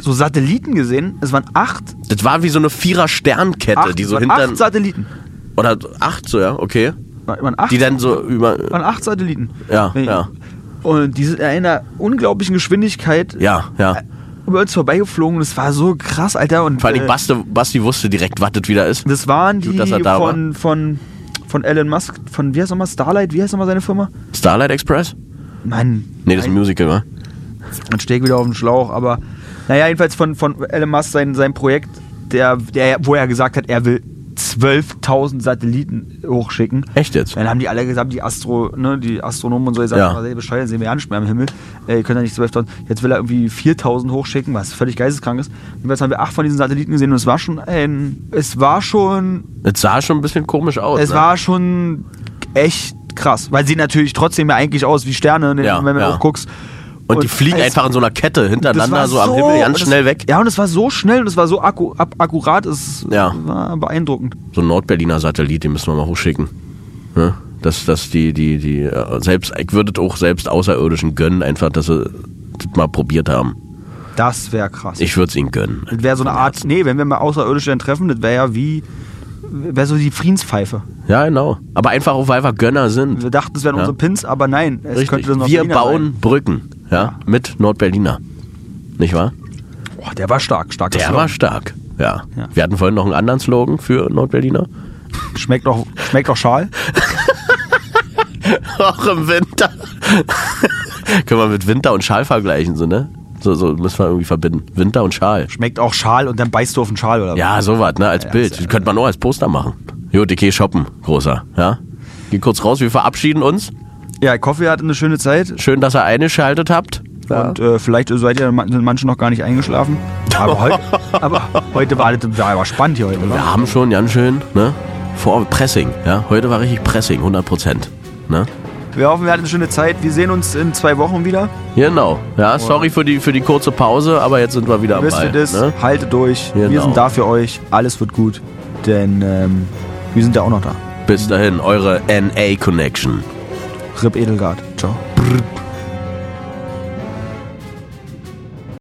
S3: so Satelliten gesehen. Es waren acht,
S2: Das war wie so eine Vierer-Sternkette,
S3: acht,
S2: die
S3: es
S2: so
S3: waren
S2: hinter.
S3: acht Satelliten.
S2: Oder acht, so, ja, okay.
S3: Es waren acht,
S2: Die dann so
S3: es
S2: über.
S3: waren acht Satelliten.
S2: Ja,
S3: Wenn ich-
S2: ja.
S3: Und die sind in einer unglaublichen Geschwindigkeit
S2: Ja, ja.
S3: über uns vorbeigeflogen. Das war so krass, Alter. Und,
S2: Vor allem
S3: äh,
S2: Basti, Basti wusste direkt, was das wieder ist.
S3: Das waren die
S2: Gut, dass er da
S3: von, von, von Elon Musk, von wie heißt nochmal Starlight, wie heißt nochmal seine Firma?
S2: Starlight Express?
S3: Mann,
S2: Nee, das ist ein Musical, wa?
S3: dann stehe ich wieder auf dem Schlauch, aber naja, jedenfalls von, von Elon Musk, sein, sein Projekt, der, der, wo er gesagt hat, er will 12.000 Satelliten hochschicken.
S2: Echt jetzt?
S3: Dann haben die alle gesagt, die, Astro, ne, die Astronomen und so gesagt,
S2: Ja.
S3: ja. bescheuert, sehen wir ja nicht mehr am Himmel. Äh, ihr könnt ja nicht 12.000. Jetzt will er irgendwie 4.000 hochschicken, was völlig geisteskrank ist. Und jetzt haben wir acht von diesen Satelliten gesehen und es war schon ein, es war schon
S2: Das sah schon ein bisschen komisch aus.
S3: es
S2: ne?
S3: war schon echt krass, weil sie natürlich trotzdem ja eigentlich aus wie Sterne, ne,
S2: Ja,
S3: wenn du
S2: ja.
S3: auch guckst.
S2: Und, die fliegen
S3: es-
S2: einfach in so einer Kette
S3: das
S2: hintereinander,
S3: war
S2: so, am Himmel, ganz
S3: und
S2: schnell
S3: es,
S2: weg.
S3: Ja, und es war so schnell und es war so akku, ab, akkurat, es
S2: Ja.
S3: war beeindruckend.
S2: So ein Nordberliner Satellit, den müssen wir mal hochschicken. Ne? Dass, dass die, die, die, äh, selbst, ich würde es auch selbst Außerirdischen gönnen, einfach, dass sie das mal probiert haben.
S3: Das wäre krass.
S2: Ich würde es ihnen gönnen.
S3: das wäre so eine Art, nee, wenn wir mal Außerirdische dann treffen, das wäre ja wie, wäre so die Friedenspfeife.
S2: Ja, genau. Aber einfach auch, weil wir Gönner sind.
S3: Wir dachten, es wären
S2: Ja.
S3: unsere Pins, aber nein, es
S2: Richtig.
S3: könnte das noch
S2: wir
S3: Berliner
S2: bauen
S3: Sein.
S2: Brücken, ja, mit Nordberliner. Nicht wahr?
S3: Boah, der war stark, stark.
S2: Der war stark. Ja.
S3: Ja.
S2: Wir hatten vorhin noch einen anderen Slogan für Nordberliner.
S3: Schmeckt doch, schmeckt doch Schal.
S2: Auch im Winter. Können wir mit Winter und Schal vergleichen, so, ne? So, so müssen wir irgendwie verbinden. Winter und Schal.
S3: Schmeckt auch Schal und dann beißt du auf den Schal oder was?
S2: Ja, sowas, ne? Als Bild. könnte man auch als Poster machen. Gut, ich geh shoppen, großer. Ja? Geh kurz raus, wir verabschieden uns.
S3: Ja, ich hoffe, ihr hattet eine schöne Zeit.
S2: Schön, dass ihr eingeschaltet habt. Ja.
S3: Und äh, vielleicht seid ihr man- sind manche noch gar nicht eingeschlafen. Aber, heu aber heute war das war aber spannend hier heute, oder?
S2: wir haben schon ganz schön, ne? Vor Pressing, ja? Heute war richtig Pressing, 100 Prozent. Ne?
S3: Wir hoffen, wir hatten eine schöne Zeit. Wir sehen uns in zwei Wochen wieder.
S2: Genau. Ja, sorry für die, für die kurze Pause, aber jetzt sind wir wieder am
S3: Wisst ihr
S2: Ball.
S3: das?
S2: Ne?
S3: Haltet durch. Wir
S2: Genau.
S3: sind da für euch. Alles wird gut. Denn ähm, wir sind ja auch noch da.
S2: Bis dahin, eure NA Connection.
S3: Rip Edelgard. Ciao.
S2: Brrrt.